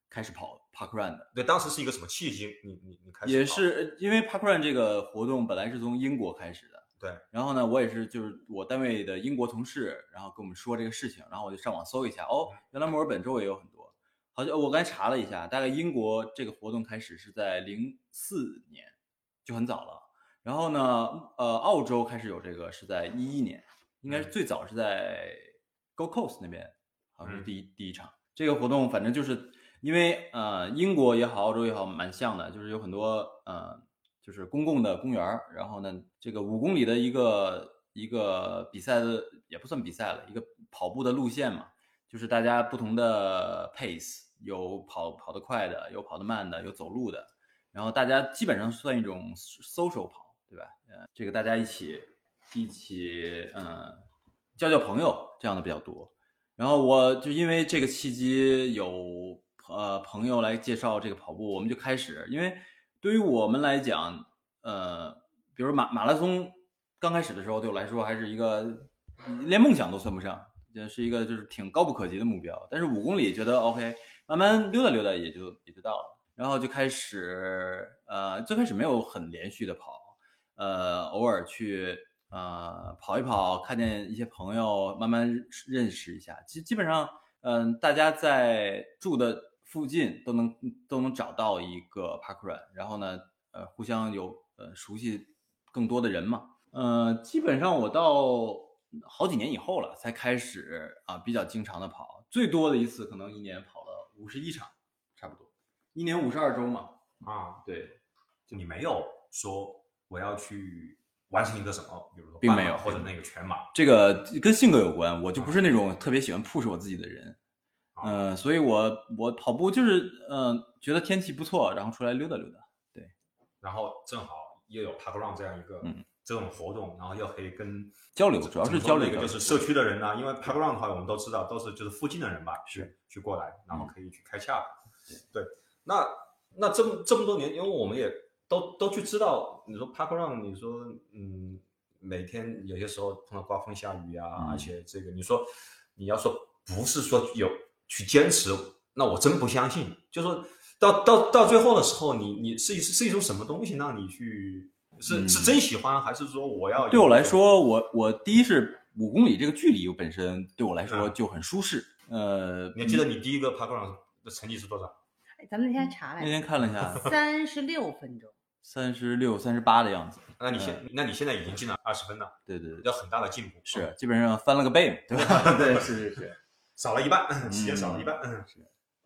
[SPEAKER 2] 开始跑 Park Run 的，
[SPEAKER 6] 对，当时是一个什么契机？你你你开始
[SPEAKER 2] 也
[SPEAKER 6] 跑
[SPEAKER 2] 是因为 Park Run 这个活动本来是从英国开始的，
[SPEAKER 6] 对。
[SPEAKER 2] 然后呢，我也是就是我单位的英国同事，然后跟我们说这个事情，然后我就上网搜一下，哦，
[SPEAKER 6] 嗯
[SPEAKER 2] 原来墨尔本周围有很多，好像我刚才查了一下，大概英国这个活动开始是在零四年，就很早了。然后呢，呃，澳洲开始有这个是在一一年，应该是最早是在 Gold Coast 那边，好像是
[SPEAKER 6] 嗯
[SPEAKER 2] 第一、第一场这个活动，反正就是因为呃，英国也好，澳洲也好，蛮像的，就是有很多呃，就是公共的公园儿，然后呢，这个五公里的一个一个比赛的也不算比赛了，一个跑步的路线嘛，就是大家不同的 pace，有跑跑得快的，有跑得慢的，有走路的，然后大家基本上算一种 social 跑，对吧？呃，这个大家一起一起嗯交交朋友这样的比较多。然后我就因为这个契机有呃朋友来介绍这个跑步，我们就开始，因为对于我们来讲，呃，比如马马拉松刚开始的时候，对我来说还是一个连梦想都算不上，也是一个就是挺高不可及的目标。但是五公里觉得 OK，慢慢溜达溜达也就也就到了。然后就开始呃，最开始没有很连续的跑，呃，偶尔去呃跑一跑，看见一些朋友，慢慢认识一下。基基本上，嗯、大家在住的附近都能都能找到一个 park run，然后呢，呃，互相有呃熟悉更多的人嘛。呃，基本上我到好几年以后了，才开始啊、比较经常的跑，最多的一次可能一年跑了五十一场，差不多。一年五十二周嘛，
[SPEAKER 3] 啊，
[SPEAKER 2] 对，
[SPEAKER 6] 就你没有说我要去完成一个什么，比如说
[SPEAKER 2] 并
[SPEAKER 6] 半
[SPEAKER 2] 没
[SPEAKER 6] 马
[SPEAKER 2] 有
[SPEAKER 6] 或者那个全马，
[SPEAKER 2] 这个跟性格有关，我就不是那种特别喜欢 push 我自己的人，嗯、所以我我跑步就是嗯、呃觉得天气不错，然后出来溜达溜达，
[SPEAKER 6] 然后正好又有 p a r k run 这样一个
[SPEAKER 2] 嗯
[SPEAKER 6] 这种活动，然后又可以跟
[SPEAKER 2] 交流主要是交流
[SPEAKER 6] 一个就是社区的人呢、因为 p a r k run 的话，我们都知道都是就是附近的人吧，去去过来，然
[SPEAKER 2] 嗯
[SPEAKER 6] 后可以去开洽。对，那那这么这么多年，因为我们也都都去知道，你说 p a r k run，你说嗯，每天有些时候碰到刮风下雨啊，
[SPEAKER 2] 嗯
[SPEAKER 6] 而且这个你说你要说不是说有去坚持，那我真不相信，就说到到到最后的时候，你你是一是一种什么东西让你去？是
[SPEAKER 2] 嗯
[SPEAKER 6] 是真喜欢，还是说我要有
[SPEAKER 2] 对我来
[SPEAKER 6] 一种
[SPEAKER 2] 说，我我第一是五公里这个距离本身对我来说
[SPEAKER 6] 嗯
[SPEAKER 2] 就很舒适，呃，
[SPEAKER 6] 你还记得你第一个 p a r k run 的成绩是多少？
[SPEAKER 1] 哎咱们那天查
[SPEAKER 2] 那
[SPEAKER 1] 来着，，
[SPEAKER 2] 天看了一下
[SPEAKER 1] 三十六分钟，
[SPEAKER 2] 三十六、三十八的样子，
[SPEAKER 6] 那你
[SPEAKER 2] 嗯
[SPEAKER 6] 现、那你现在已经进了二十分了，
[SPEAKER 2] 对对对，
[SPEAKER 6] 有很大的进步，
[SPEAKER 2] 是基本上翻了个倍嘛，对吧？ 对，是是是。
[SPEAKER 6] 少了一半，时间少了一半。嗯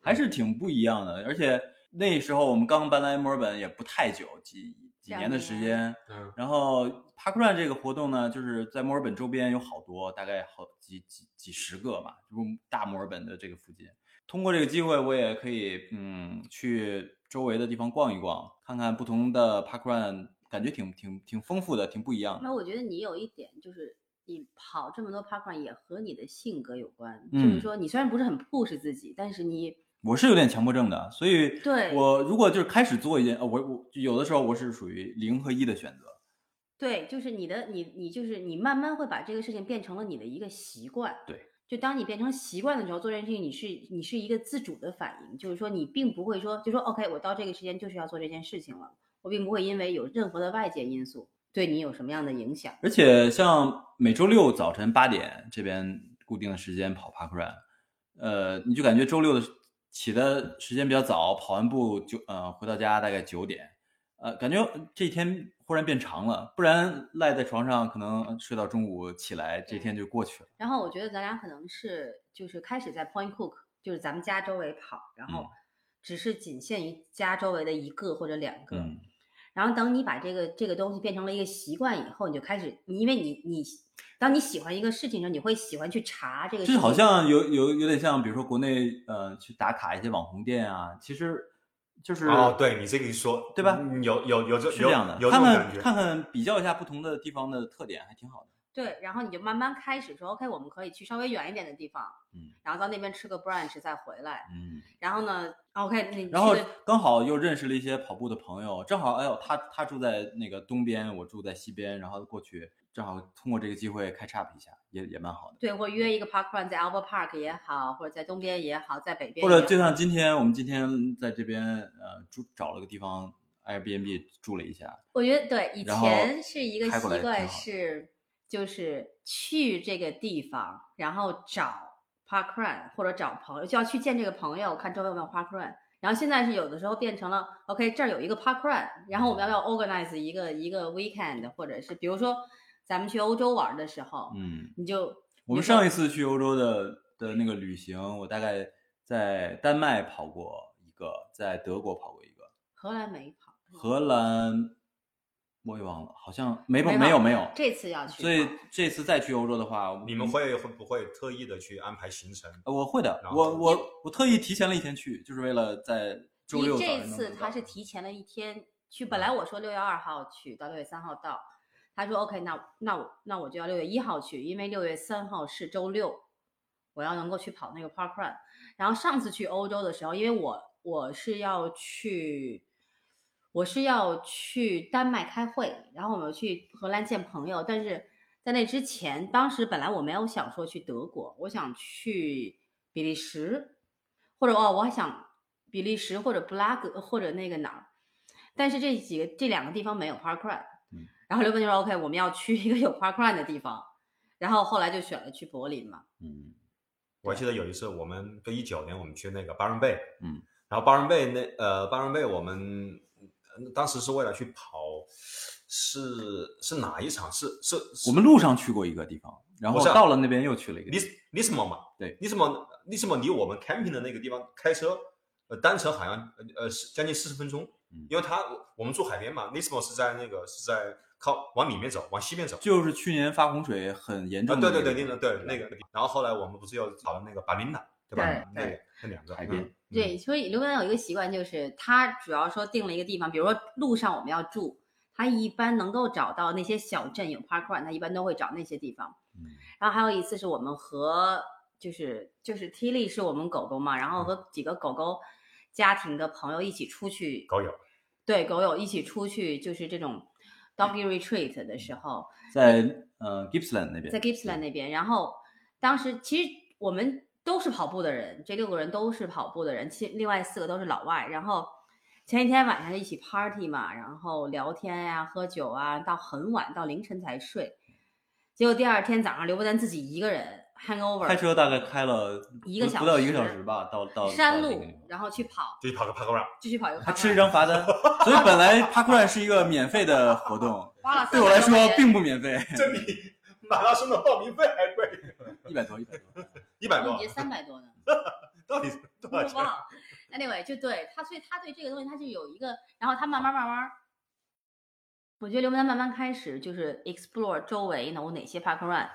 [SPEAKER 2] 还是挺不一样的。而且那时候我们刚搬来墨尔本也不太久，几几
[SPEAKER 1] 两
[SPEAKER 2] 年的时间。
[SPEAKER 3] 嗯，
[SPEAKER 2] 然后 Park Run 这个活动呢，就是在墨尔本周边有好多，大概好几几几十个吧，就是大墨尔本的这个附近。通过这个机会，我也可以嗯去周围的地方逛一逛，看看不同的 Park Run，感觉挺挺挺丰富的，挺不一样的。
[SPEAKER 1] 那我觉得你有一点就是，你跑这么多 park run 也和你的性格有关，就
[SPEAKER 2] 嗯
[SPEAKER 1] 是说你虽然不是很 push 自己，但是你
[SPEAKER 2] 我是有点强迫症的，所以
[SPEAKER 1] 对
[SPEAKER 2] 我如果就是开始做一件，呃，我我有的时候我是属于零和一的选择，
[SPEAKER 1] 对，就是你的你你就是你慢慢会把这个事情变成了你的一个习惯。
[SPEAKER 2] 对，
[SPEAKER 1] 就当你变成习惯的时候，做这件事情你是你是一个自主的反应，就是说你并不会说就说 OK，我到这个时间就是要做这件事情了，我并不会因为有任何的外界因素对你有什么样的影响。
[SPEAKER 2] 而且像每周六早晨八点这边固定的时间跑 Park Run，呃，你就感觉周六的起的时间比较早，跑完步就呃回到家大概九点，呃，感觉这一天忽然变长了，不然赖在床上可能睡到中午起来，这一天就过去了。
[SPEAKER 1] 然后我觉得咱俩可能是就是开始在 Point Cook，就是咱们家周围跑，然后
[SPEAKER 2] 嗯
[SPEAKER 1] 只是仅限于家周围的一个或者两个。
[SPEAKER 2] 嗯，
[SPEAKER 1] 然后等你把这个这个东西变成了一个习惯以后，你就开始，你因为你你当你喜欢一个事情的时候，你会喜欢去查这个事
[SPEAKER 2] 这
[SPEAKER 1] 情。
[SPEAKER 2] 好像有有有点像，比如说国内呃去打卡一些网红店啊，其实就是
[SPEAKER 6] 哦，对你这个一说，
[SPEAKER 2] 对吧
[SPEAKER 6] 嗯有有有这
[SPEAKER 2] 是这样的，
[SPEAKER 6] 有有这
[SPEAKER 2] 看
[SPEAKER 6] 种
[SPEAKER 2] 看
[SPEAKER 6] 感觉。
[SPEAKER 2] 看看比较一下不同的地方的特点，还挺好的。
[SPEAKER 1] 对，然后你就慢慢开始说，OK，我们可以去稍微远一点的地方，
[SPEAKER 2] 嗯，
[SPEAKER 1] 然后到那边吃个 brunch 再回来。
[SPEAKER 2] 嗯。
[SPEAKER 1] 然后呢，OK，你
[SPEAKER 2] 然后
[SPEAKER 1] 去的
[SPEAKER 2] 刚好又认识了一些跑步的朋友，正好哎呦，他他住在那个东边，我住在西边，然后过去正好通过这个机会开叉一下，也也蛮好的。
[SPEAKER 1] 对，或者约一个 park run，在 Albert Park 也好，或者在东边也好，在北边
[SPEAKER 2] 或者
[SPEAKER 1] 也
[SPEAKER 2] 就
[SPEAKER 1] 好
[SPEAKER 2] 像今天我们今天在这边呃住找了个地方 Airbnb 住了一下，
[SPEAKER 1] 我觉得对，以
[SPEAKER 2] 然后
[SPEAKER 1] 前是一个
[SPEAKER 2] 开
[SPEAKER 1] 习
[SPEAKER 2] 过来挺
[SPEAKER 1] 惯
[SPEAKER 2] 好的
[SPEAKER 1] 是，就是去这个地方，然后找 park run 或者找朋友，就要去见这个朋友，看周围有没有 park run。然后现在是有的时候变成了，OK，这儿有一个 park run，然后我们要
[SPEAKER 2] 嗯
[SPEAKER 1] 不要 organize 一个一个 weekend，或者是比如说咱们去欧洲玩的时候，
[SPEAKER 2] 嗯，
[SPEAKER 1] 你就
[SPEAKER 2] 我们上一次去欧洲的的那个旅行，我大概在丹麦跑过一个，在德国跑过一个，
[SPEAKER 1] 荷兰没跑，
[SPEAKER 2] 荷兰我也忘了，好像没
[SPEAKER 1] 没
[SPEAKER 2] 跑没有
[SPEAKER 1] 跑
[SPEAKER 2] 没有，
[SPEAKER 1] 这次要去
[SPEAKER 2] 所以
[SPEAKER 1] 跑
[SPEAKER 2] 这次再去欧洲的话，
[SPEAKER 6] 你们会会不会特意的去安排行程？
[SPEAKER 2] 呃，我会的
[SPEAKER 6] 然，后
[SPEAKER 2] 我
[SPEAKER 6] 就
[SPEAKER 2] 我我特意提前了一天去，就是为了在周六
[SPEAKER 1] 你这
[SPEAKER 2] 早嗯上能
[SPEAKER 1] 次
[SPEAKER 2] 够
[SPEAKER 1] 他
[SPEAKER 2] 到
[SPEAKER 1] 是提前了一天去，本来我说六月二号去，到六月三号到，他说 OK，那那我那我就要六月一号去，因为六月三号是周六，我要能够去跑那个 Park Run。然后上次去欧洲的时候，因为我我是要去，我是要去丹麦开会，然后我们去荷兰见朋友，但是在那之前，当时本来我没有想说去德国，我想去比利时，或者哦，我还想比利时或者布拉格或者那个哪儿，但是这几个这两个地方没有 park run，、
[SPEAKER 2] 嗯
[SPEAKER 1] 然后刘奔就说 OK，我们要去一个有 park run 的地方，然后后来就选了去柏林嘛，
[SPEAKER 2] 嗯
[SPEAKER 6] 我还记得有一次，我们就一九年，我们去那个巴伦贝，
[SPEAKER 2] 嗯，
[SPEAKER 6] 然后巴伦贝那呃巴伦贝，我们呃当时是为了去跑，是是哪一场？是是
[SPEAKER 2] 我们路上去过一个地方，然后
[SPEAKER 6] 我知道
[SPEAKER 2] 到了那边又去了一个地
[SPEAKER 6] 里
[SPEAKER 2] 方，
[SPEAKER 6] 里斯蒙嘛？
[SPEAKER 2] 对
[SPEAKER 6] 里斯蒙，里斯蒙离我们 camping 的那个地方开车呃，单程好像呃呃是将近四十分钟
[SPEAKER 2] 嗯，
[SPEAKER 6] 因为它我们住海边嘛，Lisbon 是在那个是在靠往里面走，往西边走。
[SPEAKER 2] 就是去年发洪水很严
[SPEAKER 6] 啊，
[SPEAKER 2] 重的
[SPEAKER 6] 对
[SPEAKER 2] 那个
[SPEAKER 6] 对
[SPEAKER 2] 地方、
[SPEAKER 6] 对，那个对那个，然后后来我们不是又跑了那个巴林纳，对吧？
[SPEAKER 1] 对
[SPEAKER 6] 那
[SPEAKER 1] 对
[SPEAKER 6] 那两个
[SPEAKER 2] 海边
[SPEAKER 6] 嗯
[SPEAKER 1] 对，所以刘刚有一个习惯，就是他主要说定了一个地方，比如说路上我们要住，他一般能够找到那些小镇有 park run，他一般都会找那些地方。
[SPEAKER 2] 嗯
[SPEAKER 1] 然后还有一次是我们和就是就是 T 力是我们狗狗嘛，然后和几个狗狗家庭的朋友一起出去，
[SPEAKER 6] 狗友，
[SPEAKER 1] 对狗友一起出去，就是这种 doggy retreat 的时候，
[SPEAKER 2] 在呃 Gippsland 那边，
[SPEAKER 1] 在 Gippsland 那边。然后当时其实我们都是跑步的人，这六个人都是跑步的人，其另外四个都是老外。然后前一天晚上就一起 party 嘛，然后聊天呀、喝酒啊，到很晚，到凌晨才睡。结果第二天早上，刘伯丹自己一个人 hangover，
[SPEAKER 2] 开车大概开了
[SPEAKER 1] 一个
[SPEAKER 2] 不
[SPEAKER 1] 小时
[SPEAKER 2] 不到一个小时吧，到到
[SPEAKER 1] 山
[SPEAKER 2] 到那个
[SPEAKER 1] 路
[SPEAKER 2] 地方，
[SPEAKER 1] 然后去跑，
[SPEAKER 6] 就去跑个 park run，
[SPEAKER 1] 继续跑一个
[SPEAKER 2] 还
[SPEAKER 1] 半
[SPEAKER 2] 吃了一张罚 单，所以本来 parkrun 是一个免费的活 动，
[SPEAKER 1] 花了
[SPEAKER 2] 对我来
[SPEAKER 1] 30块
[SPEAKER 2] 说
[SPEAKER 1] 钱
[SPEAKER 2] 并不免费，
[SPEAKER 6] 这 比马拉松的报名费还贵，
[SPEAKER 2] 一百多一百多，
[SPEAKER 6] 一百
[SPEAKER 1] 我
[SPEAKER 6] 多啊
[SPEAKER 1] 们，三百多呢。
[SPEAKER 6] 到底是 多
[SPEAKER 1] 我
[SPEAKER 6] 少
[SPEAKER 1] 不知
[SPEAKER 6] 钱？啊
[SPEAKER 1] 道。Anyway，就对他，所以他对这个东西他就有一个，然后他慢慢慢慢，我觉得刘文丹慢慢开始就是 explore 周围呢，我哪些 park run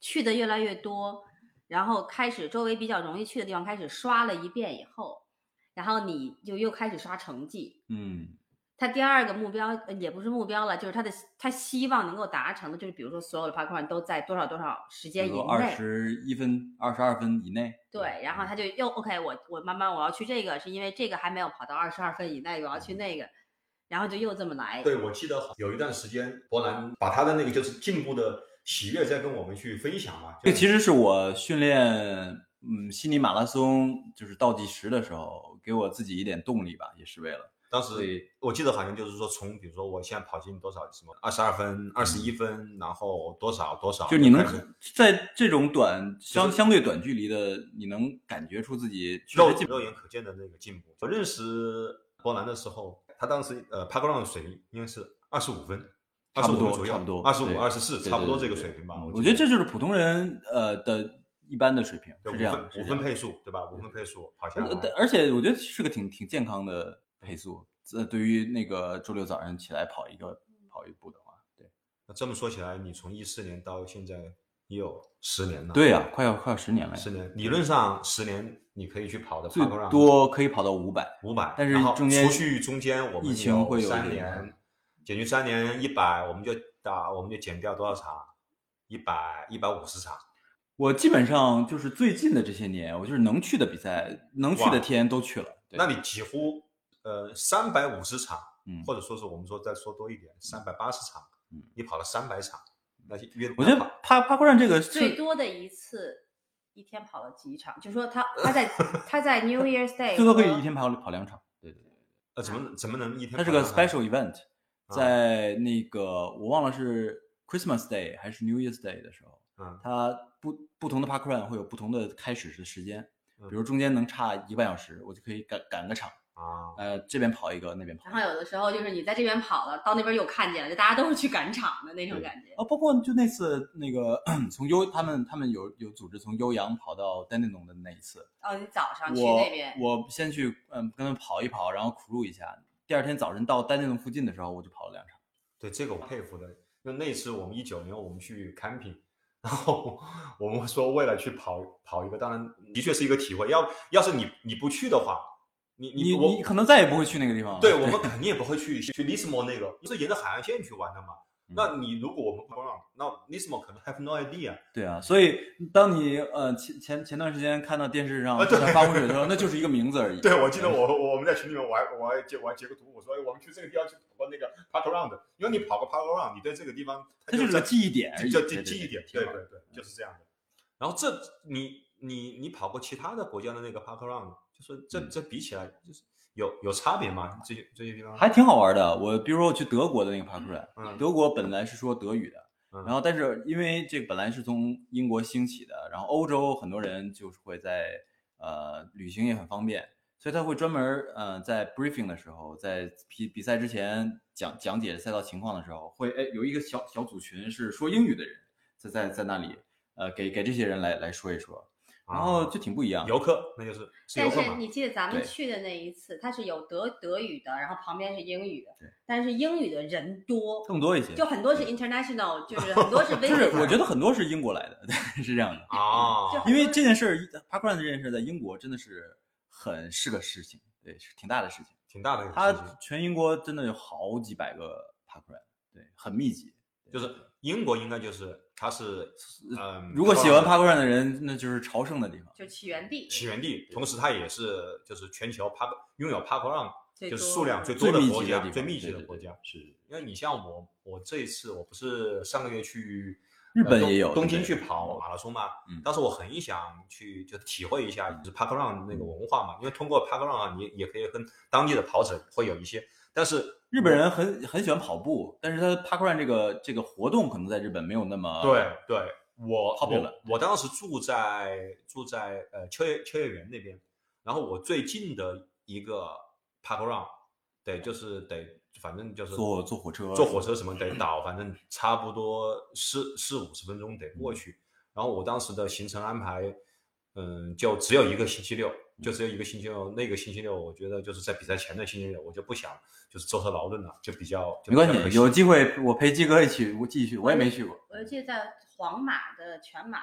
[SPEAKER 1] 去的越来越多，然后开始周围比较容易去的地方开始刷了一遍以后，然后你就又开始刷成绩。
[SPEAKER 2] 嗯，
[SPEAKER 1] 他第二个目标呃也不是目标了，就是他的他希望能够达成的，就是比如说所有的 park run 都在多少多少时
[SPEAKER 2] 比
[SPEAKER 1] 间以
[SPEAKER 2] 如
[SPEAKER 1] 内，
[SPEAKER 2] 说二十一分、二十二分以内，
[SPEAKER 1] 对，然后他就又 OK，我我慢慢我要去这个，是因为这个还没有跑到二十二分以内，我要去那个，然后就又这么来。
[SPEAKER 6] 对，我记得好有一段时间，波兰把他的那个就是进步的喜悦在跟我们去分享嘛。
[SPEAKER 2] 这
[SPEAKER 6] 就
[SPEAKER 2] 个其实是我训练，嗯，悉尼马拉松就是倒计时的时候，给我自己一点动力吧，也是为了，
[SPEAKER 6] 当
[SPEAKER 2] 所
[SPEAKER 6] 时
[SPEAKER 2] 以
[SPEAKER 6] 我记得好像就是说，从比如说我现在跑进多少什么二十二分、二十一分，然后多少多少，
[SPEAKER 2] 就你能
[SPEAKER 6] 开始
[SPEAKER 2] 在这种短相
[SPEAKER 6] 就是
[SPEAKER 2] 相对短距离的，你能感觉出自己确
[SPEAKER 6] 肉
[SPEAKER 2] 实进步
[SPEAKER 6] 肉。眼可见的那个进步。我认识波兰的时候，他当时呃 p a r k r u n 水平应该是二十五分，二
[SPEAKER 2] 差
[SPEAKER 6] 十
[SPEAKER 2] 不
[SPEAKER 6] 五
[SPEAKER 2] 多
[SPEAKER 6] 左右，
[SPEAKER 2] 差不多
[SPEAKER 6] 二十五、
[SPEAKER 2] 对
[SPEAKER 6] 二十四，
[SPEAKER 2] 对
[SPEAKER 6] 差不多
[SPEAKER 2] 对
[SPEAKER 6] 这个
[SPEAKER 2] 对嗯
[SPEAKER 6] 水平吧。
[SPEAKER 2] 我觉得这就是普通人呃的一般的水平，
[SPEAKER 6] 对
[SPEAKER 2] 是
[SPEAKER 6] 五
[SPEAKER 2] 这样
[SPEAKER 6] 分
[SPEAKER 2] 的，是
[SPEAKER 6] 五
[SPEAKER 2] 这样
[SPEAKER 6] 分
[SPEAKER 2] 的。
[SPEAKER 6] 配速对吧？五分配速跑下
[SPEAKER 2] 呃
[SPEAKER 6] 来
[SPEAKER 2] 但。而且我觉得是个挺挺健康的配速，这对于那个周六早上起来跑一个跑一步的话，对
[SPEAKER 6] 那这么说起来，你从一四年到现在也有十年了。
[SPEAKER 2] 对呀、快要快要十年了呀，
[SPEAKER 6] 十年，理论上十年你可以去跑的
[SPEAKER 2] 最
[SPEAKER 6] park run
[SPEAKER 2] 多可以跑到五百。
[SPEAKER 6] 五百，
[SPEAKER 2] 但是
[SPEAKER 6] 然后
[SPEAKER 2] 中间
[SPEAKER 6] 除去中间我们
[SPEAKER 2] 疫情会有
[SPEAKER 6] 三
[SPEAKER 2] 一点
[SPEAKER 6] 年，减去三年一百，我们就打我们就减掉多少场？一百一百五十场。
[SPEAKER 2] 我基本上就是最近的这些年，我就是能去的比赛、能去的
[SPEAKER 6] 哇
[SPEAKER 2] 天都去了。对
[SPEAKER 6] 那你几乎呃三百五十场，
[SPEAKER 2] 嗯
[SPEAKER 6] 或者说是我们说再说多一点，三百八十场，
[SPEAKER 2] 嗯
[SPEAKER 6] 你跑了三百场，那就约
[SPEAKER 2] 我觉得爬爬坡上这个是
[SPEAKER 1] 最多的一次一天跑了几场，就说他他 在他在 New Year's Day
[SPEAKER 2] 最多可以
[SPEAKER 1] 和
[SPEAKER 2] 一天跑跑两场。对对对，
[SPEAKER 6] 呃怎么怎么能一天
[SPEAKER 2] 它
[SPEAKER 6] 跑
[SPEAKER 2] 是个
[SPEAKER 6] 两场？
[SPEAKER 2] special event，在
[SPEAKER 6] 啊
[SPEAKER 2] 那个我忘了是 Christmas Day 还是 New Year's Day 的时候，
[SPEAKER 6] 嗯
[SPEAKER 2] 它不不同的 park run 会有不同的开始的时间，
[SPEAKER 6] 嗯
[SPEAKER 2] 比如中间能差一个半小时，我就可以赶赶个场，
[SPEAKER 6] 啊，
[SPEAKER 2] 呃，这边跑一个，那边跑
[SPEAKER 1] 然
[SPEAKER 2] 一
[SPEAKER 1] 后
[SPEAKER 2] 个。
[SPEAKER 1] 有的时候就是你在这边跑了，到那边又看见了，就大家都是去赶场的那种
[SPEAKER 6] 对
[SPEAKER 1] 感觉。
[SPEAKER 2] 啊，包括就那次那个从悠他们他们有有组织从悠扬跑到丹尼农的那一次，
[SPEAKER 1] 哦，你早上去
[SPEAKER 2] 我
[SPEAKER 1] 那边，
[SPEAKER 2] 我先去嗯跟他们跑一跑，然后 crew 一下。第二天早晨到丹尼农附近的时候，我就跑了两场。
[SPEAKER 6] 对这个我佩服的。因为那次我们一九年我们去 camping，然后我们说为了去跑跑一个，当然的确是一个体会。要要是你你不去的话，你
[SPEAKER 2] 你
[SPEAKER 6] 我
[SPEAKER 2] 你可啊能再也不会去那个地方了。
[SPEAKER 6] 对我们肯定也不会去去 Lismo 那个，是沿着海岸线去玩的嘛。
[SPEAKER 2] 嗯
[SPEAKER 6] 那你如果我们不让，那 Lismo 可能 have no idea。
[SPEAKER 2] 对啊，所以当你呃前前前段时间看到电视上
[SPEAKER 6] 啊对
[SPEAKER 2] 在发洪水的时候，那就是一个名字而已。
[SPEAKER 6] 对，我记得我我们在群里面我还我还截我还截个图，我说哎，我们去这个地方去跑过那个 park round，因为你跑个 park round，你对这个地方
[SPEAKER 2] 它就是
[SPEAKER 6] 在
[SPEAKER 2] 个记忆点而已，
[SPEAKER 6] 就
[SPEAKER 2] 对
[SPEAKER 6] 记
[SPEAKER 2] 对
[SPEAKER 6] 记忆点，
[SPEAKER 2] 挺
[SPEAKER 6] 对
[SPEAKER 2] 好的
[SPEAKER 6] 对对，就是这样的。然后这你你你跑过其他的国家的那个 park round，就是这
[SPEAKER 2] 嗯
[SPEAKER 6] 这比起来就是有有差别吗？这些这些地方
[SPEAKER 2] 还挺好玩的。我比如说我去德国的那个 park run，、
[SPEAKER 6] 嗯
[SPEAKER 2] 德国本来是说德语的，
[SPEAKER 6] 嗯
[SPEAKER 2] 然后但是因为这个本来是从英国兴起的，然后欧洲很多人就是会在呃旅行也很方便，所以他会专门呃在 briefing 的时候，在比比赛之前讲讲解赛道情况的时候，会哎有一个小小组群是说英语的人在在在那里呃给给这些人来来说一说。然后就挺不一样。
[SPEAKER 6] 啊游客，那就是是游
[SPEAKER 1] 但
[SPEAKER 6] 客
[SPEAKER 1] 是
[SPEAKER 6] 嘛。
[SPEAKER 1] 你记得咱们
[SPEAKER 2] 对
[SPEAKER 1] 去的那一次，它是有德德语的，然后旁边是英语
[SPEAKER 2] 对，
[SPEAKER 1] 但是英语的人多，
[SPEAKER 2] 更多一些，
[SPEAKER 1] 就很多是 international，就是很多是 v i
[SPEAKER 2] 就是我觉
[SPEAKER 1] 得
[SPEAKER 2] 得很多是英国来的， 对，是这样的。
[SPEAKER 6] 啊
[SPEAKER 1] 就
[SPEAKER 2] 因为这件事儿，parkrun 这件事在英国真的是很是个事情，对，是挺大的事情。
[SPEAKER 6] 挺大的一
[SPEAKER 2] 它
[SPEAKER 6] 个事情。
[SPEAKER 2] 全英国真的有好几百个 parkrun，对，很密集。
[SPEAKER 6] 就是英国应该就是它是嗯，
[SPEAKER 2] 如果喜欢
[SPEAKER 6] 它
[SPEAKER 2] parkrun 的人，那就是朝圣的地方。
[SPEAKER 1] 就起源地
[SPEAKER 6] 起源地，同时它也是就是全球 park 拥有 park run
[SPEAKER 1] 最
[SPEAKER 6] 就
[SPEAKER 1] 多
[SPEAKER 6] 是数量最
[SPEAKER 2] 最
[SPEAKER 6] 多的
[SPEAKER 2] 密
[SPEAKER 6] 国
[SPEAKER 2] 集的地
[SPEAKER 6] 家，
[SPEAKER 2] 方
[SPEAKER 6] 最密集
[SPEAKER 2] 对
[SPEAKER 6] 的
[SPEAKER 2] 对
[SPEAKER 6] 国
[SPEAKER 2] 对
[SPEAKER 6] 家是。因为你像我，我这一次我不是上个月去
[SPEAKER 2] 日
[SPEAKER 6] 呃
[SPEAKER 2] 本
[SPEAKER 6] 东
[SPEAKER 2] 也有
[SPEAKER 6] 东京
[SPEAKER 2] 对
[SPEAKER 6] 去跑啊马拉松嘛
[SPEAKER 2] 嗯，
[SPEAKER 6] 当时我很想去就体会一下就是 park run 那个
[SPEAKER 2] 嗯
[SPEAKER 6] 文化嘛，因为通过 park run 啊，你也可以跟当地的跑者会有一些，但是
[SPEAKER 2] 日本人很很喜欢跑步，但是他 parkrun 这个这个活动可能在日本没有那么
[SPEAKER 6] 对对，我
[SPEAKER 2] 跑不啊了
[SPEAKER 6] 我我当时住在住在呃秋叶秋叶原那边，然后我最近的一个 park run，得就是得反正就是
[SPEAKER 2] 坐坐火车
[SPEAKER 6] 坐火车什么得倒，反正差不多四四五十分钟得
[SPEAKER 2] 嗯
[SPEAKER 6] 过去。然后我当时的行程安排，嗯，就只有一个星期六，就只有一个星期六。那个星期六，我觉得就是在比赛前的星期六，我就不想就是舟车劳顿了，就比较就
[SPEAKER 2] 没关
[SPEAKER 6] 比较可
[SPEAKER 2] 系，
[SPEAKER 6] 惜
[SPEAKER 2] 有机会我陪鸡哥一起，我继续，我也没去过。
[SPEAKER 1] 我就记得在皇马的全马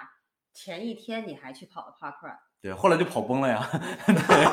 [SPEAKER 1] 前一天，你还去跑了 parkrun，
[SPEAKER 2] 对，后来就跑崩了呀。 对，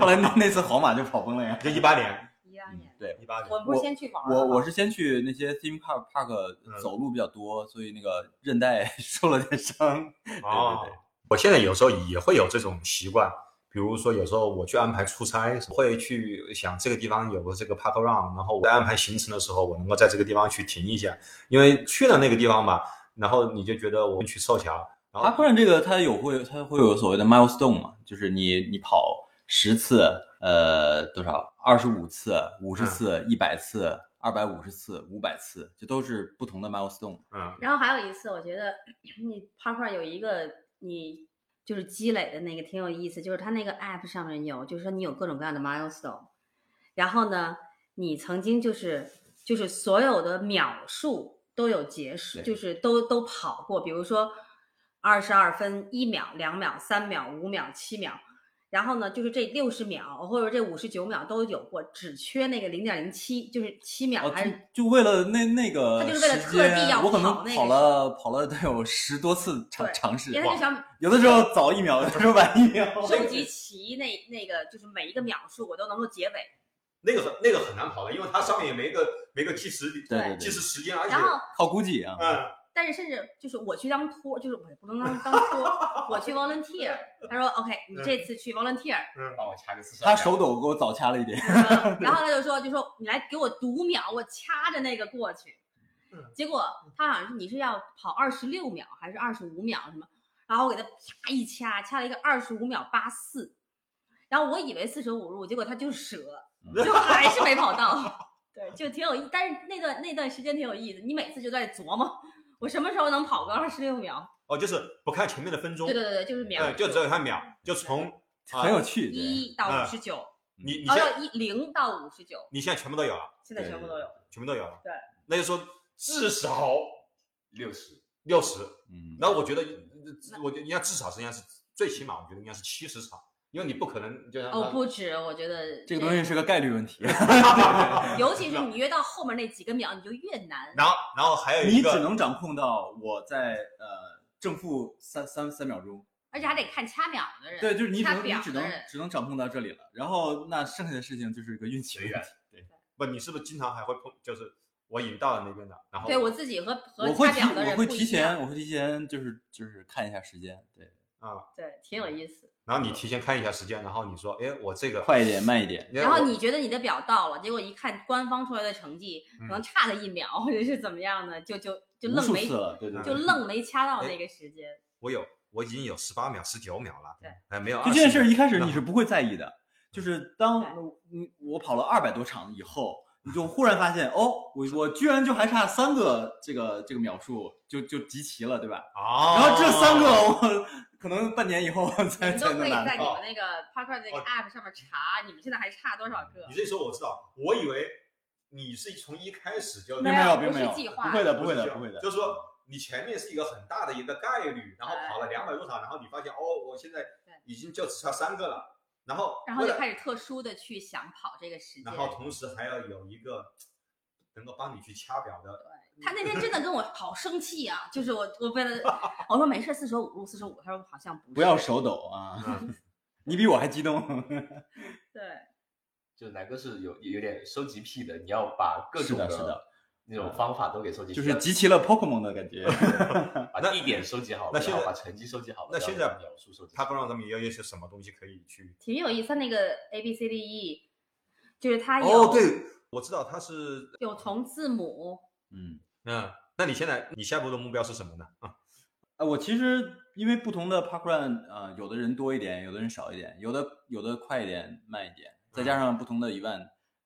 [SPEAKER 2] 后来那那次皇马就跑崩了呀。嗯
[SPEAKER 6] 就一八年，
[SPEAKER 1] 一二年。
[SPEAKER 2] 对
[SPEAKER 6] 一八年
[SPEAKER 1] 我们不是先去玩儿
[SPEAKER 2] 我
[SPEAKER 1] 了吗
[SPEAKER 2] 我是先去那些 theme park park
[SPEAKER 6] 嗯
[SPEAKER 2] 走路比较多，所以那个韧带 受了点伤。
[SPEAKER 6] 哦
[SPEAKER 2] 对对对
[SPEAKER 6] 我现在有时候也会有这种习惯，比如说有时候我去安排出差，会去想这个地方有个这个 park run，然后我在安排行程的时候，我能够在这个地方去停一下，因为去了那个地方嘛，然后你就觉得我们去凑巧，然后
[SPEAKER 2] park run 这个它有会它会有所谓的 milestone 嘛，就是你你跑十次，呃多少二十五次、五十次、一百次、二百五十次、五百次，这都是不同的 milestone。
[SPEAKER 6] 嗯，
[SPEAKER 1] 然后还有一次，我觉得 你 parkrun 有一个你就是积累的那个挺有意思，就是它那个 app 上面有，就是说你有各种各样的 milestone，然后呢，你曾经就是就是所有的秒数都有结束，
[SPEAKER 2] 对
[SPEAKER 1] 就是都都跑过，比如说二十二分一秒、两秒、三秒、五秒、七秒。然后呢，就是这六十秒或者这五十九秒都有过，只缺那个零点零七，就是七秒
[SPEAKER 2] 哦，
[SPEAKER 1] 还是
[SPEAKER 2] 就就为了那那个
[SPEAKER 1] 他就是为了
[SPEAKER 2] 时
[SPEAKER 1] 特地
[SPEAKER 2] 间
[SPEAKER 1] 要
[SPEAKER 2] 我可能
[SPEAKER 1] 跑那个
[SPEAKER 2] 跑了跑了得有十多次尝
[SPEAKER 1] 对
[SPEAKER 2] 尝试
[SPEAKER 1] 因，为他
[SPEAKER 2] 哇
[SPEAKER 1] 就想
[SPEAKER 2] 有的时候早一秒，有的时候晚一秒。
[SPEAKER 1] 收集齐那那个就是每一个秒数我都能够结尾，
[SPEAKER 6] 那个很那个很难跑的，因为它上面也没个没个计时
[SPEAKER 2] 对对
[SPEAKER 6] 计
[SPEAKER 2] 对
[SPEAKER 6] 时，时间，而且
[SPEAKER 1] 然后
[SPEAKER 2] 靠估计啊。
[SPEAKER 6] 嗯，
[SPEAKER 1] 但是甚至就是我去当托，就是我也不能当当托，我去 volunteer，他说 OK，你这次去 volunteer，
[SPEAKER 4] 帮我掐个四十
[SPEAKER 2] 他手抖给我早掐了一点，
[SPEAKER 1] 然后他就说就说你来给我读秒，我掐着那个过去，结果他好像是你是要跑二十六秒还是二十五秒什么，然后我给他啪一掐，掐了一个二十五秒八四，然后我以为四舍五入，结果他就是折。
[SPEAKER 6] 嗯
[SPEAKER 1] 就还是没跑到。对，就挺有意，但是那段那段时间挺有意思，你每次就在琢磨，我什么时候能跑个二十六秒？
[SPEAKER 6] 哦，就是不看前面的分钟，
[SPEAKER 1] 对对对，就是秒，
[SPEAKER 6] 嗯就只有看秒，就从啊
[SPEAKER 2] 很有趣。对
[SPEAKER 1] 一到五十九，
[SPEAKER 6] 你你
[SPEAKER 1] 哦
[SPEAKER 6] 现
[SPEAKER 1] 要一零到五十九，
[SPEAKER 6] 你现在全部都有了，
[SPEAKER 1] 现在全部都有。
[SPEAKER 6] 全部都有了，
[SPEAKER 1] 对，
[SPEAKER 6] 那就说至少
[SPEAKER 4] 六十，
[SPEAKER 6] 六十。
[SPEAKER 2] 嗯，
[SPEAKER 6] 然后我觉得，呃我觉得应该至少是应该是最起码，我觉得应该是七十场，因为你不可能就像他
[SPEAKER 1] 哦，不止，我觉得
[SPEAKER 2] 呃这个东西是个概率问题，
[SPEAKER 1] 尤其是你越到后面那几个秒，你就越难。
[SPEAKER 6] 然后然后还有
[SPEAKER 2] 你
[SPEAKER 6] 一
[SPEAKER 2] 只
[SPEAKER 6] 个，
[SPEAKER 2] 能掌控到我在呃正负三三三秒钟。
[SPEAKER 1] 而且还得看掐秒的人，
[SPEAKER 2] 对，就是你只
[SPEAKER 1] 掐
[SPEAKER 2] 能你
[SPEAKER 1] 表
[SPEAKER 2] 只
[SPEAKER 1] 的
[SPEAKER 2] 能
[SPEAKER 1] 人
[SPEAKER 2] 只能掌控到这里了，然后那剩下的事情就是个运气问题。
[SPEAKER 6] 不，你是不是经常还会碰？就是我已经到了那边了，然后
[SPEAKER 1] 对我自己和和
[SPEAKER 2] 我会
[SPEAKER 1] 掐
[SPEAKER 2] 提
[SPEAKER 1] 表的
[SPEAKER 2] 我
[SPEAKER 1] 人
[SPEAKER 2] 会
[SPEAKER 1] 不
[SPEAKER 2] 提
[SPEAKER 1] 一样
[SPEAKER 2] 前，我会提前就是就是看一下时间，对，
[SPEAKER 1] 对，挺有意思。
[SPEAKER 6] 然后你提前看一下时间，然后你说，哎，我这个，
[SPEAKER 2] 快一点慢一点。
[SPEAKER 1] 然
[SPEAKER 6] 我
[SPEAKER 1] 后你觉得你的表到了，结果一看官方出来的成绩，可
[SPEAKER 6] 嗯
[SPEAKER 1] 能差了一秒或者是怎么样的，就就就
[SPEAKER 2] 无
[SPEAKER 1] 愣
[SPEAKER 2] 数
[SPEAKER 1] 没
[SPEAKER 2] 次了，嗯哎对对
[SPEAKER 1] 就
[SPEAKER 2] 对。
[SPEAKER 1] 愣没掐到那个时间。
[SPEAKER 6] 我有我已经有十八秒、十九秒了，
[SPEAKER 1] 对，
[SPEAKER 6] 哎，没有20
[SPEAKER 2] 就
[SPEAKER 6] 秒。
[SPEAKER 2] 这件事儿一开始你
[SPEAKER 6] 那
[SPEAKER 2] 啊是不会在意的，就是当你我跑了二百多场以后，你就忽然发现哦，我我居然就还差三个这个这个秒数就就集齐了，对吧？
[SPEAKER 6] 哦，
[SPEAKER 2] 然后这三个我可能半年以后才
[SPEAKER 1] 你都
[SPEAKER 2] 才
[SPEAKER 1] 可
[SPEAKER 2] 能
[SPEAKER 1] 以
[SPEAKER 2] 拿
[SPEAKER 1] 在你
[SPEAKER 2] 到
[SPEAKER 1] 们。那个 Parker 那个
[SPEAKER 2] 哦
[SPEAKER 1] App 上面查，你们现在还差多少个
[SPEAKER 6] 你？这说我知道，我以为你是从一开始就
[SPEAKER 2] 并没有，
[SPEAKER 1] 没有
[SPEAKER 2] 并没有，
[SPEAKER 1] 不是计划
[SPEAKER 2] 不会的，不会的，
[SPEAKER 6] 就
[SPEAKER 2] 不会的。
[SPEAKER 6] 就是说
[SPEAKER 3] 你前面是一个很大的一个概率，然后跑了两百多场，然后你发现哦，我现在已经就只差三个了，然后
[SPEAKER 1] 然后
[SPEAKER 3] 为
[SPEAKER 1] 就
[SPEAKER 3] 了
[SPEAKER 1] 开始特殊的去想跑这个时间
[SPEAKER 3] 然。后同时还要有一个能够帮你去掐表的，
[SPEAKER 1] 他那天真的跟我好生气啊！就是我，我为了我说没事，四舍五入，四舍五入，他说好像不是。
[SPEAKER 2] 不要手抖啊！ 你比我还激动。
[SPEAKER 1] 对，
[SPEAKER 4] 就是南哥是有有点收集癖的，你要把各种
[SPEAKER 2] 是的是的
[SPEAKER 4] 那种方法都给收集，
[SPEAKER 2] 就是集齐了 Pokemon 的感觉。
[SPEAKER 4] 把
[SPEAKER 6] 那
[SPEAKER 4] 地点收集好，
[SPEAKER 6] 那
[SPEAKER 4] 然
[SPEAKER 6] 现
[SPEAKER 4] 后
[SPEAKER 6] 在
[SPEAKER 4] 把成绩收集好，
[SPEAKER 6] 那
[SPEAKER 4] 然后
[SPEAKER 6] 现在
[SPEAKER 4] 把描述收集
[SPEAKER 6] 他
[SPEAKER 4] 好。
[SPEAKER 6] 不让他们也有一些什么东西可以去。
[SPEAKER 1] 挺有意思。他那个 A B C D E，就是他有、
[SPEAKER 6] 哦，对，我知道他是。
[SPEAKER 1] 有从字母，
[SPEAKER 2] 嗯，
[SPEAKER 6] 嗯，那你现在你下一步的目标是什么呢？啊，
[SPEAKER 2] 呃，我其实因为不同的 parkrun，呃，有的人多一点，有的人少一点，有的有的快一点，慢一点，再
[SPEAKER 1] 嗯
[SPEAKER 2] 加上不同的一万，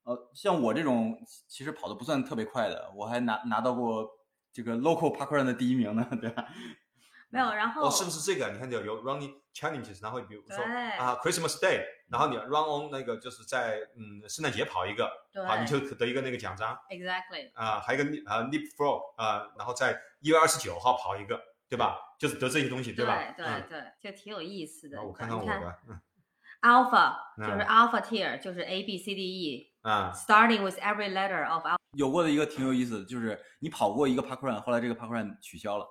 [SPEAKER 2] 呃，像我这种其实跑的不算特别快的，我还拿拿到过这个 local parkrun 的第一名呢， 对吧？
[SPEAKER 1] 没有，然后、
[SPEAKER 6] 哦，是不是这个？你看有有 running challenges，然后比如说
[SPEAKER 1] 对嗯
[SPEAKER 6] 啊 Christmas Day，然后你 run on 那个就是在嗯圣诞节跑一个，
[SPEAKER 1] 对
[SPEAKER 6] 啊，你就可得一个那个奖章。
[SPEAKER 1] exactly
[SPEAKER 6] 啊，还有一个 leap- 啊 leapfrog 啊，然后在一月二十九号跑一个，对吧？就是得这些东西，
[SPEAKER 1] 对
[SPEAKER 6] 吧？
[SPEAKER 1] 对
[SPEAKER 6] 嗯
[SPEAKER 1] 对就挺有意思的。
[SPEAKER 6] 然后我看
[SPEAKER 1] 你
[SPEAKER 6] 看我的，嗯
[SPEAKER 1] alpha 就
[SPEAKER 6] 嗯
[SPEAKER 1] 是 alpha tier，就是 A B C D
[SPEAKER 6] 啊
[SPEAKER 1] E，starting with every letter of alpha。
[SPEAKER 2] 有过的一个挺有意思的，就是你跑过一个 parkrun，后来这个 parkrun 取消了，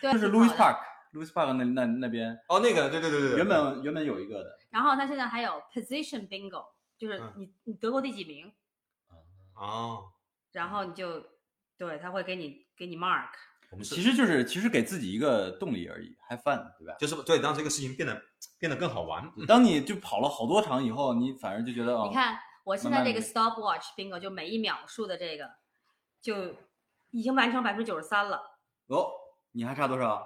[SPEAKER 1] 对，
[SPEAKER 2] 就是 Louis
[SPEAKER 1] 挺好的
[SPEAKER 2] Park，Louis Park 那那那边
[SPEAKER 6] 哦，那个，对对对对，对
[SPEAKER 2] 原本原本有一个的，
[SPEAKER 1] 然后他现在还有 position bingo，就是
[SPEAKER 6] 嗯
[SPEAKER 1] 你、你得过第几名，
[SPEAKER 6] 哦，
[SPEAKER 1] 然后你就对他会给你给你 mark。
[SPEAKER 6] 我们
[SPEAKER 2] 其
[SPEAKER 6] 是
[SPEAKER 2] 实就是其实给自己一个动力而已，have fun，对吧？
[SPEAKER 6] 就是对让这个事情变得变得更好玩。
[SPEAKER 2] 当你就跑了好多场以后，你反而就觉得哦，
[SPEAKER 1] 你看我现在这个
[SPEAKER 2] 慢慢
[SPEAKER 1] stopwatch bingo 就每一秒数的这个，就已经完成百分之九十三了，
[SPEAKER 2] 哦，你还差多少？啊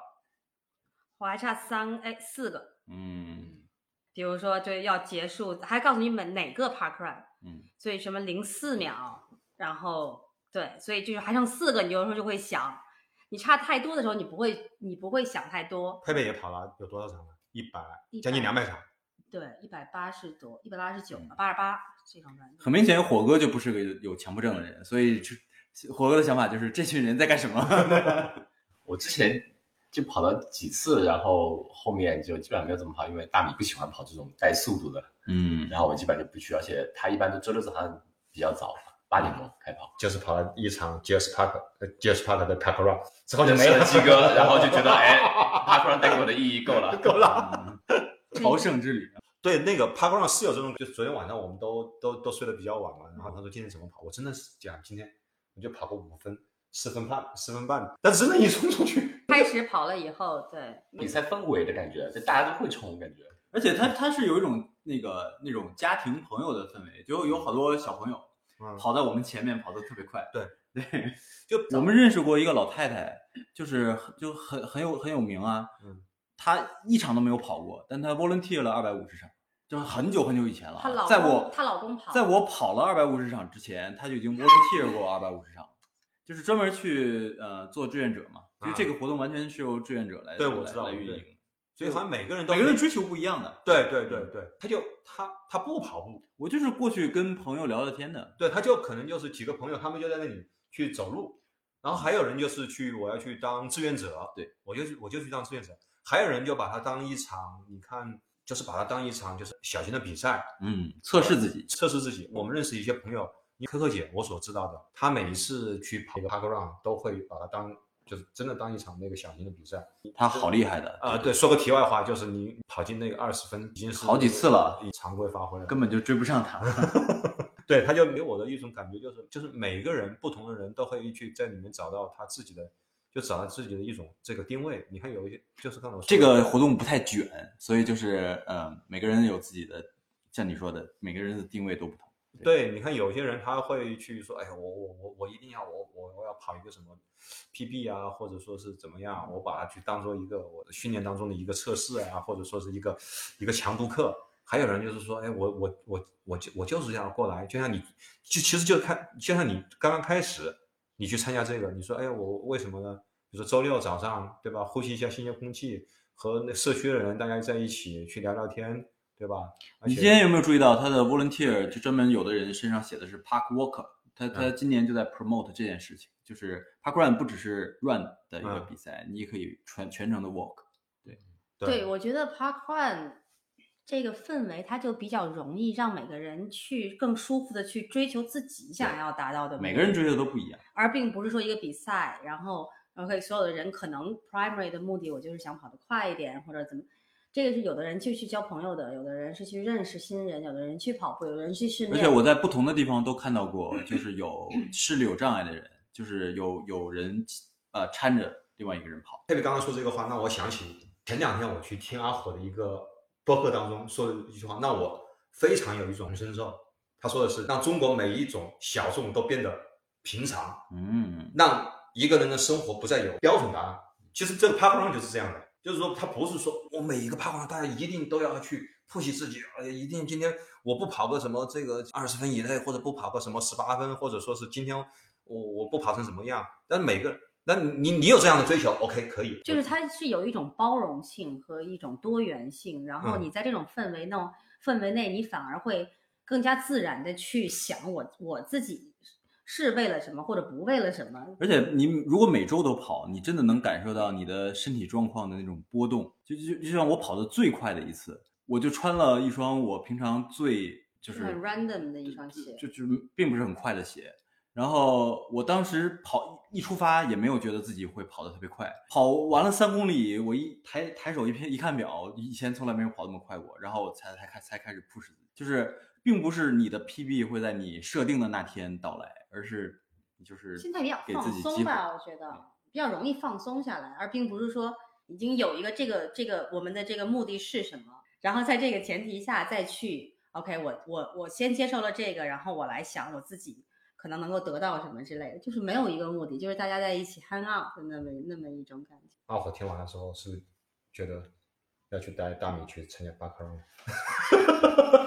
[SPEAKER 1] 我还差三哎四个。
[SPEAKER 2] 嗯
[SPEAKER 1] 比如说，对，要结束，还告诉你们哪个 park run，
[SPEAKER 2] 嗯，
[SPEAKER 1] 所以什么零四秒，然后对，所以就是还剩四个，你有时候就会想，你差太多的时候，你不会，你不会想太多，
[SPEAKER 6] 佩佩也跑了有多少场了？一百
[SPEAKER 1] 100
[SPEAKER 6] 将近两百场。
[SPEAKER 1] 对，一百八十多，一百八十九，八十八这种感觉。
[SPEAKER 2] 嗯很明显，火哥就不是个有强迫症的人，所以这火哥的想法就是这群人在干什么？
[SPEAKER 4] 我之前就跑了几次，然后后面就基本上没有怎么跑，因为大米不喜欢跑这种带速度的，
[SPEAKER 2] 嗯，
[SPEAKER 4] 然后我基本上就不去，而且他一般都周六早上比较早，八点钟开跑，
[SPEAKER 6] 就是跑了一场 GS Park，呃 GS Park 的 Park Run 之后
[SPEAKER 4] 就
[SPEAKER 6] 就
[SPEAKER 4] 没
[SPEAKER 6] 没
[SPEAKER 4] 了
[SPEAKER 6] 了。
[SPEAKER 4] 鸡哥，然后就觉得哎，他突然带给我的意义够 了，够了。
[SPEAKER 2] 嗯 朝圣之旅，
[SPEAKER 6] 对，那个 Park Run 是有这种，就昨天晚上我们都都都睡得比较晚嘛，然后他说今天怎么跑，我真的是讲今天我就跑个五分、四分半、四分半，但真的一冲出去，
[SPEAKER 1] 开始跑了以后，对，
[SPEAKER 4] 比赛氛围的感觉，就大家都会冲，感觉
[SPEAKER 2] 而且他他是有一种那个那种家庭朋友的氛围，就有好多小朋友
[SPEAKER 6] 嗯，
[SPEAKER 2] 跑在我们前面，跑得特别快。
[SPEAKER 6] 对
[SPEAKER 2] 对，
[SPEAKER 6] 就
[SPEAKER 2] 我们认识过一个老太太，就是就很很有很有名啊。
[SPEAKER 6] 嗯，
[SPEAKER 2] 她一场都没有跑过，但她 volunteer 了二百五十场，就是很久很久以前了啊。
[SPEAKER 1] 她老
[SPEAKER 2] 在
[SPEAKER 1] 公
[SPEAKER 2] 我
[SPEAKER 1] 她老公跑
[SPEAKER 2] 在我跑了二百五十场之前，她就已经 volunteer 过二百五十场了，就是专门去呃做志愿者嘛。所以这个活动完全是由志愿者来
[SPEAKER 6] 嗯对
[SPEAKER 2] 来
[SPEAKER 6] 我知道
[SPEAKER 2] 来运
[SPEAKER 6] 对
[SPEAKER 2] 营，
[SPEAKER 6] 所以好像每个人都
[SPEAKER 2] 每个人追求不一样的。
[SPEAKER 6] 对对对对，他就他他不跑步，
[SPEAKER 2] 我就是过去跟朋友聊聊天的，
[SPEAKER 6] 对，他就可能就是几个朋友，他们就在那里去走路，然后还有人就是去我要去当志愿者，
[SPEAKER 2] 对
[SPEAKER 6] 我就去我就去当志愿者，还有人就把它当一场，你看就是把它当一场就是小型的比赛，
[SPEAKER 2] 嗯，测试自己。
[SPEAKER 6] 测试自己。我们认识一些朋友，可可姐，我所知道的，她每一次去跑一个 park run 都会把它当就是真的当一场那个小型的比赛
[SPEAKER 2] 她好厉害的，
[SPEAKER 6] 啊、对，说个题外话，就是你跑进那个二十分已经是
[SPEAKER 2] 好几次了，
[SPEAKER 6] 常规发挥了，
[SPEAKER 2] 根本就追不上她。
[SPEAKER 6] 对，他就给我的一种感觉就是，就是每个人不同的人都会去在里面找到他自己的，就找到自己的一种这个定位。你看有一些就是刚才我 说
[SPEAKER 2] 这
[SPEAKER 6] 的
[SPEAKER 2] 个活动不太卷，所以就是呃，每个人有自己的，像你说的，每个人的定位都不同。
[SPEAKER 6] 对，你看有些人他会去说，哎呀，我我我我一定要我我我要跑一个什么 PB 啊，或者说是怎么样，我把它去当做一个我的训练当中的一个测试啊，或者说是一个一个强度课。还有人就是说，哎，我我我我就我就是要过来，就像你，就其实就看，就像你刚刚开始，你去参加这个，你说，哎，我为什么呢？比如说周六早上，对吧？呼吸一下新鲜空气，和那社区的人大家在一起去聊聊天，对吧？而
[SPEAKER 2] 你
[SPEAKER 6] 且
[SPEAKER 2] 今天有没有注意到他的 volunteer 就专门有的人身上写的是 park walker，他他今年就在 promote 这件事情，就是 park run 不只是 run 的一个
[SPEAKER 7] 嗯
[SPEAKER 2] 比赛，你也可以全全程的 walk。
[SPEAKER 1] 对，我觉得 Park One 这个氛围，它就比较容易让每个人去更舒服的去追求自己想要达到的目
[SPEAKER 2] 每个人
[SPEAKER 1] 标
[SPEAKER 2] 追求都不一样，
[SPEAKER 1] 而并嗯不是说一个比赛，然后 OK 所有的人可能 primary 的目的我就是想跑得快一点或者怎么，这个是有的人去去交朋友的，有的人是去认识新人，有的人去跑步，有的人去训
[SPEAKER 2] 而
[SPEAKER 1] 练。
[SPEAKER 2] 且我在不同的地方都看到过，就是有视力有障碍的人，就是有有人呃搀着另外一个人跑。
[SPEAKER 6] 佩佩刚刚说这个话，那我想起前两天我去听阿火的一个播客当中说的一句话，让我非常有一种深受。他说的是让中国每一种小众都变得平常，
[SPEAKER 2] 嗯，
[SPEAKER 6] 让一个人的生活不再有标准答案。其实这个 park run 就是这样的，就是说他不是说我每一个 park run 大家一定都要去 push 自己，哎呀，一定今天我不跑个什么这个二十分以内，或者不跑个什么十八分，或者说是今天我我不跑成什么样。但每个，那你你有这样的追求，OK 可以，
[SPEAKER 1] 就是它是有一种包容性和一种多元性，然后
[SPEAKER 6] 嗯
[SPEAKER 1] 你在这种氛围弄、氛围内，你反而会更加自然的去想我我自己是为了什么或者不为了什么。
[SPEAKER 2] 而且你如果每周都跑，你真的能感受到你的身体状况的那种波动。就就就像我跑的最快的一次，我就穿了一双我平常最就是
[SPEAKER 1] 很 random 的一双鞋
[SPEAKER 2] 就就并不是很快的鞋。然后我当时跑一出发也没有觉得自己会跑得特别快，跑完了三公里，我一抬抬手一看一看表，以前从来没有跑那么快过，然后才才开才开始 push，自己就是并不是你的 PB 会在你设定的那天到来，而是你就是
[SPEAKER 1] 现在比较
[SPEAKER 2] 给
[SPEAKER 1] 放
[SPEAKER 2] 自己机
[SPEAKER 1] 松
[SPEAKER 2] 会啊
[SPEAKER 1] 吧，我觉得比较容易放松下来，而并不是说已经有一个这个这个我们的这个目的是什么，然后在这个前提下再去 OK，我我我先接受了这个，然后我来想我自己可能能够得到什么之类的，就是没有一个目的，就是大家在一起 hang out 的那么那么一种感觉。
[SPEAKER 6] 阿火听完的时候，是不是觉得要去带大米去参加巴克隆？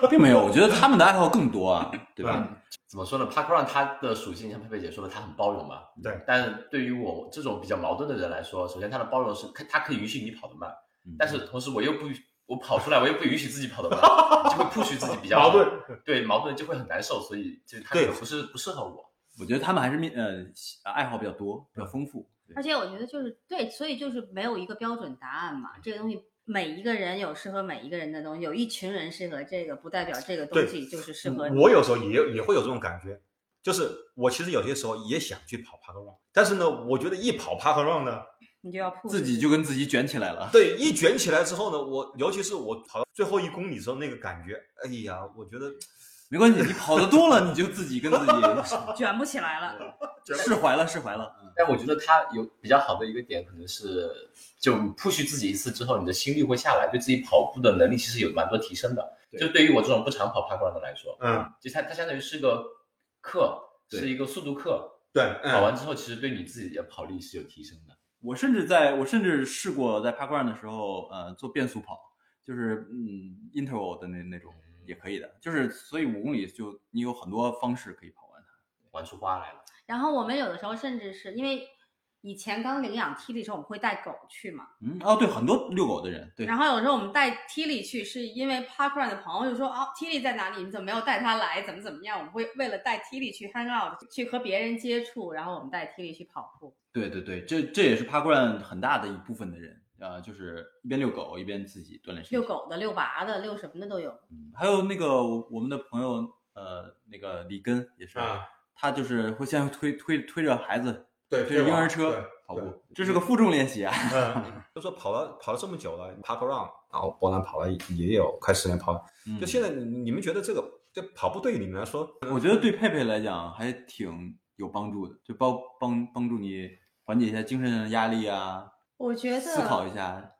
[SPEAKER 2] 并没有，我觉得他们的爱好更多啊，对吧？
[SPEAKER 4] 怎么说呢？Parkrun 它的属性像佩佩姐说的，它很包容嘛。
[SPEAKER 6] 对。
[SPEAKER 4] 但对于我这种比较矛盾的人来说，首先它的包容是，可它可以允许你跑得慢，
[SPEAKER 2] 嗯
[SPEAKER 4] 但是同时我又不，我跑出来我又不允许自己跑得慢， 就会 push 自己比较
[SPEAKER 6] 矛盾，
[SPEAKER 4] 对矛盾就会很难受，所以就它
[SPEAKER 6] 对
[SPEAKER 4] 可能不是不适合我。
[SPEAKER 2] 我觉得他们还是面呃爱好比较多，比较丰富。对
[SPEAKER 1] 而且我觉得就是对，所以就是没有一个标准答案嘛，这个东西。每一个人有适合每一个人的东西，有一群人适合这个，不代表这个东
[SPEAKER 6] 对
[SPEAKER 1] 西就是适合你。
[SPEAKER 6] 我有时候也也会有这种感觉，就是我其实有些时候也想去跑 park run，但是呢，我觉得一跑 park run 呢，
[SPEAKER 1] 你就要 push
[SPEAKER 2] 自己就跟自己卷起来了。
[SPEAKER 6] 对，一卷起来之后呢，我尤其是我跑到最后一公里之后那个感觉，哎呀，我觉得
[SPEAKER 2] 没关系，你跑得多了，你就自己跟自己
[SPEAKER 1] 卷不起来了。
[SPEAKER 2] 释怀了，释怀了。嗯
[SPEAKER 4] 但我觉得它有比较好的一个点，可能是就 push 自己一次之后，你的心率会下来，对自己跑步的能力其实有蛮多提升的。
[SPEAKER 2] 对
[SPEAKER 4] 就对于我这种不常跑 Parkrun 的来说，
[SPEAKER 6] 嗯，
[SPEAKER 4] 就它它相当于是个课，
[SPEAKER 2] 对
[SPEAKER 4] 是一个速度课。
[SPEAKER 6] 对，
[SPEAKER 4] 跑
[SPEAKER 6] 嗯，
[SPEAKER 4] 完之后，其实对你自己的跑力是有提升的。
[SPEAKER 2] 我甚至在我甚至试过在 park run 的时候，呃，做变速跑，就是嗯 interval 的那那种也可以的，就是所以五公里就你有很多方式可以跑完它。
[SPEAKER 4] 玩出花来了。
[SPEAKER 1] 然后我们有的时候甚至是因为以前刚领养 T 的时候，我们会带狗去嘛。
[SPEAKER 2] 嗯，哦，对，很多遛狗的人，对，
[SPEAKER 1] 然后有时候我们带 T 里去，是因为 Parkrun 的朋友就说啊，T 里在哪里？你怎么没有带他来？怎么怎么样？我们会为了带 T 里去 hang out，去和别人接触，然后我们带 T 里去跑步。
[SPEAKER 2] 对对对，这这也是 park run 很大的一部分的人啊、呃就是一边遛狗一边自己锻炼身体。
[SPEAKER 1] 遛狗的、遛娃的、遛什么的都有。
[SPEAKER 2] 嗯，还有那个我我们的朋友呃，那个李根也是，
[SPEAKER 6] 啊
[SPEAKER 2] 他就是会先推推推着孩子
[SPEAKER 6] 对，
[SPEAKER 2] 推着婴儿
[SPEAKER 6] 对
[SPEAKER 2] 车跑步，这是个负重练习啊。
[SPEAKER 6] 嗯，就说跑了跑了这么久了，park run，然后波兰跑了也有快十年跑了，
[SPEAKER 2] 嗯
[SPEAKER 1] 嗯
[SPEAKER 6] 就现在你你们觉得这个这跑步对于你们来说
[SPEAKER 2] 在，我觉得对佩佩来讲还挺有帮助的，就帮帮帮助你缓解一下精神上的压力啊，
[SPEAKER 1] 我觉得
[SPEAKER 2] 思考一下。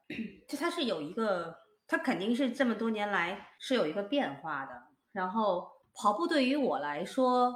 [SPEAKER 1] 就它是有一个，它肯定是这么多年来是有一个变化的。然后跑步对于我来说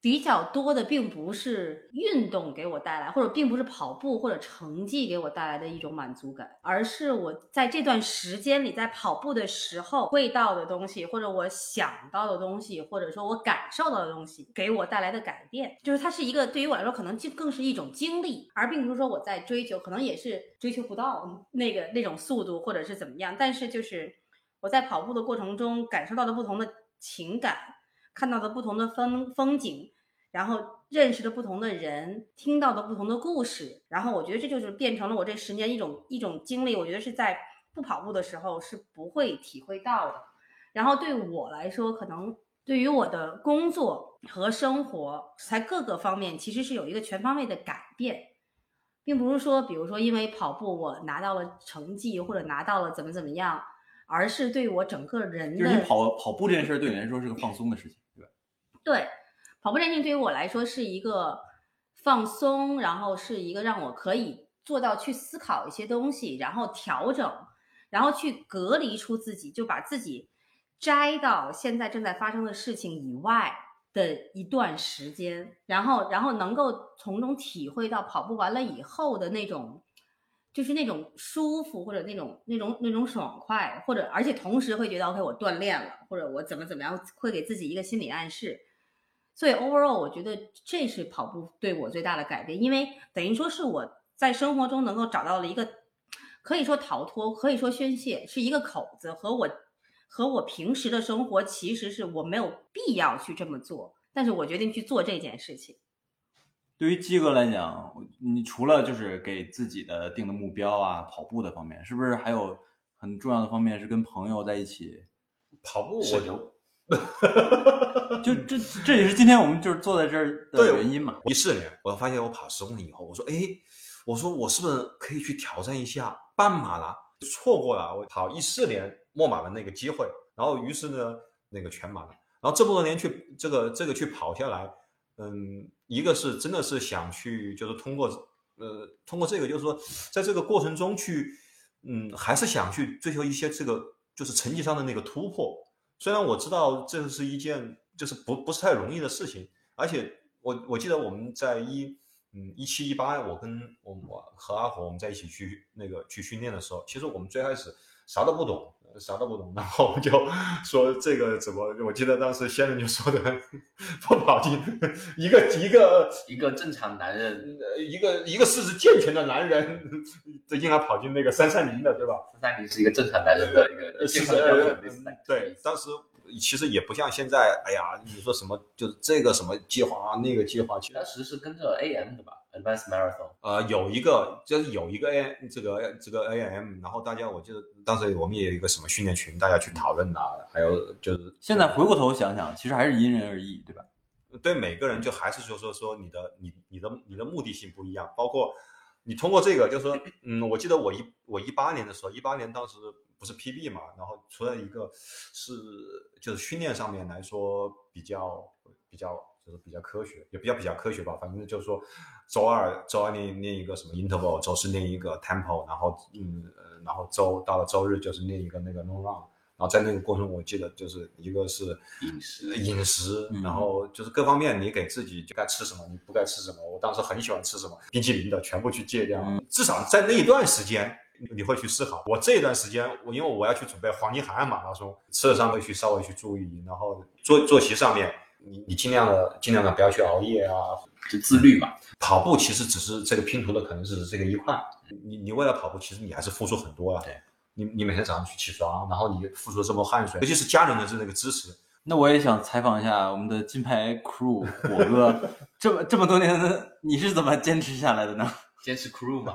[SPEAKER 1] 比较多的，并不是运动给我带来，或者并不是跑步或者成绩给我带来的一种满足感，而是我在这段时间里在跑步的时候会到的东西，或者我想到的东西，或者说我感受到的东西给我带来的改变，就是它是一个对于我来说可能就更是一种经历，而并不是说我在追求，可能也是追求不到那个那种速度或者是怎么样，但是就是我在跑步的过程中感受到的不同的情感，看到的不同的风风景，然后认识的不同的人，听到的不同的故事，然后我觉得这就是变成了我这十年一种一种经历。我觉得是在不跑步的时候是不会体会到的。然后对我来说，可能对于我的工作和生活，在各个方面其实是有一个全方位的改变，并不是说，比如说因为跑步我拿到了成绩或者拿到了怎么怎么样，而是对我整个人
[SPEAKER 2] 就是你
[SPEAKER 1] 的
[SPEAKER 2] 跑跑步这件事儿对你来说是个放松的事情，对吧？
[SPEAKER 1] 对跑步这件事情对于我来说是一个放松，然后是一个让我可以做到去思考一些东西，然后调整，然后去隔离出自己，就把自己摘到现在正在发生的事情以外的一段时间，然后然后能够从中体会到跑步完了以后的那种。就是那种舒服，或者那种那种那种爽快，或者而且同时会觉得 OK，我锻炼了，或者我怎么怎么样，会给自己一个心理暗示。所以 overall，我觉得这是跑步对我最大的改变，因为等于说是我在生活中能够找到了一个可以说逃脱，可以说宣泄，是一个口子，和我和我平时的生活其实是我没有必要去这么做，但是我决定去做这件事情。
[SPEAKER 2] 对于鸡哥来讲，你除了就是给自己的定的目标啊，跑步的方面，是不是还有很重要的方面是跟朋友在一起？
[SPEAKER 6] 跑步
[SPEAKER 4] 社
[SPEAKER 6] 我
[SPEAKER 4] 牛。
[SPEAKER 2] 就这这也是今天我们就是坐在这儿的
[SPEAKER 6] 对
[SPEAKER 2] 原因嘛。
[SPEAKER 6] 一四年，我发现我跑十公里以后，我说，哎，我说我是不是可以去挑战一下半马啦？错过了我跑一四年墨马的那个机会，然后于是呢，那个全马了。然后这么多年去这个这个去跑下来，嗯，一个是真的是想去，就是通过呃通过这个，就是说在这个过程中去，嗯，还是想去追求一些这个就是成绩上的那个突破。虽然我知道这是一件就是不不是太容易的事情，而且我我记得我们在一嗯一七一八我跟我我和阿火我们在一起去那个去训练的时候，其实我们最开始啥都不懂，呃啥都不懂，然后我们就说这个怎么？我记得当时先生就说的不跑进一个一个
[SPEAKER 4] 一个正常男人
[SPEAKER 6] 呃一个一个四肢健全的男人，这硬要跑进那个三三零的，对吧？
[SPEAKER 4] 三三零是一个正常男人的一个
[SPEAKER 6] 呃，
[SPEAKER 4] 健
[SPEAKER 6] 是
[SPEAKER 4] 康
[SPEAKER 6] 的，
[SPEAKER 4] 的标
[SPEAKER 6] 呃
[SPEAKER 4] 准，类似的
[SPEAKER 6] 对，当时其实也不像现在，哎呀，你说什么就是这个什么计划那个计划，其实
[SPEAKER 4] 当时是跟着 AM 的吧，Advanced Marathon，
[SPEAKER 6] 呃有一个就是有一个 A 这个这个 AM，然后大家我记得当时我们也有一个什么训练群，大家去讨论呐、啊还有就是
[SPEAKER 2] 现在回过头想想，其实还是因人而异，对吧？
[SPEAKER 6] 对每个人就还是就说说你的你你的你的目的性不一样，包括你通过这个就说，嗯，我记得我一我一八年的时候，一八年当时不是 PB 嘛，然后除了一个是就是训练上面来说比较比较就是比较科学，也比较比较科学吧，反正就是说周二周二练练一个什么 interval，周四练一个 tempo，然后嗯呃然后周到了周日就是练一个那个 long run。然后在那个过程，中，我记得就是一个是
[SPEAKER 4] 饮食
[SPEAKER 6] 饮食
[SPEAKER 2] 嗯，
[SPEAKER 6] 然后就是各方面，你给自己就该吃什么，你不该吃什么。我当时很喜欢吃什么冰淇淋的，全部去戒掉。
[SPEAKER 2] 嗯
[SPEAKER 6] 至少在那一段时间，你你会去思考。我这一段时间，我因为我要去准备黄金海岸马拉松，吃的上会去稍微去注意，然后作作息上面，你你尽量的尽量的不要去熬夜啊。
[SPEAKER 4] 就自律嘛，
[SPEAKER 6] 跑步其实只是这个拼图的，可能是这个一块。你你为了跑步，其实你还是付出很多啊。
[SPEAKER 2] 对，
[SPEAKER 6] 你你每天早上去起床，然后你付出这么汗水，尤其是家人的这个支持，
[SPEAKER 2] 那我也想采访一下我们的金牌 crew 火哥，这么这么多年的你是怎么坚持下来的呢？
[SPEAKER 4] 坚持 crew 嘛。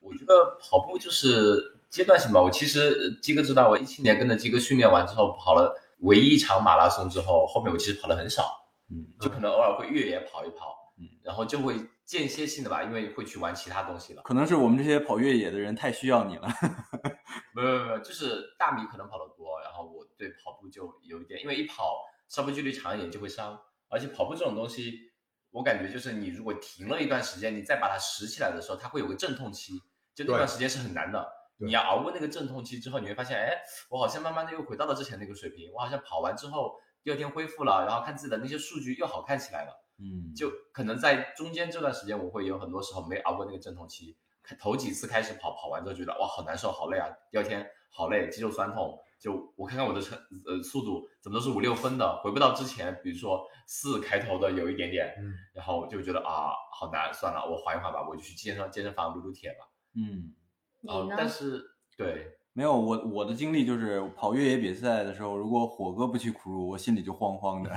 [SPEAKER 4] 我觉得跑步就是阶段性吧。我其实呃鸡哥知道，我一七年跟着鸡哥训练完之后，跑了唯一一场马拉松之后，后面我其实跑的很少，
[SPEAKER 2] 嗯，
[SPEAKER 4] 就可能偶尔会越野跑一跑，
[SPEAKER 2] 嗯，
[SPEAKER 4] 然后就会间歇性的吧，因为会去玩其他东西了。
[SPEAKER 2] 可能是我们这些跑越野的人太需要你了。
[SPEAKER 4] 没有没有没有，就是大米可能跑得多，然后我对跑步就有一点，因为一跑稍微距离长一点就会伤，而且跑步这种东西，我感觉就是你如果停了一段时间，你再把它拾起来的时候，它会有个阵痛期，就那
[SPEAKER 6] 对
[SPEAKER 4] 段时间是很难的。
[SPEAKER 6] 对
[SPEAKER 4] 你要熬过那个阵痛期之后，你会发现，哎，我好像慢慢的又回到了之前那个水平，我好像跑完之后第二天恢复了，然后看自己的那些数据又好看起来了。
[SPEAKER 2] 嗯，
[SPEAKER 4] 就可能在中间这段时间，我会有很多时候没熬过那个阵痛期。头几次开始跑，跑完之后觉得哇好难受，好累啊，第二天好累，肌肉酸痛。就我看看我的成呃速度怎么都是五六分的，回不到之前，比如说四开头的有一点点，
[SPEAKER 6] 嗯，
[SPEAKER 4] 然后就觉得啊好难，算了，我缓一缓吧，我就去健身健身房撸撸铁吧。
[SPEAKER 2] 嗯，
[SPEAKER 1] 你
[SPEAKER 4] 啊、
[SPEAKER 1] 呢？
[SPEAKER 4] 但是对，
[SPEAKER 2] 没有我我的经历就是跑越野比赛的时候，如果火哥不去 crew，我心里就慌慌的。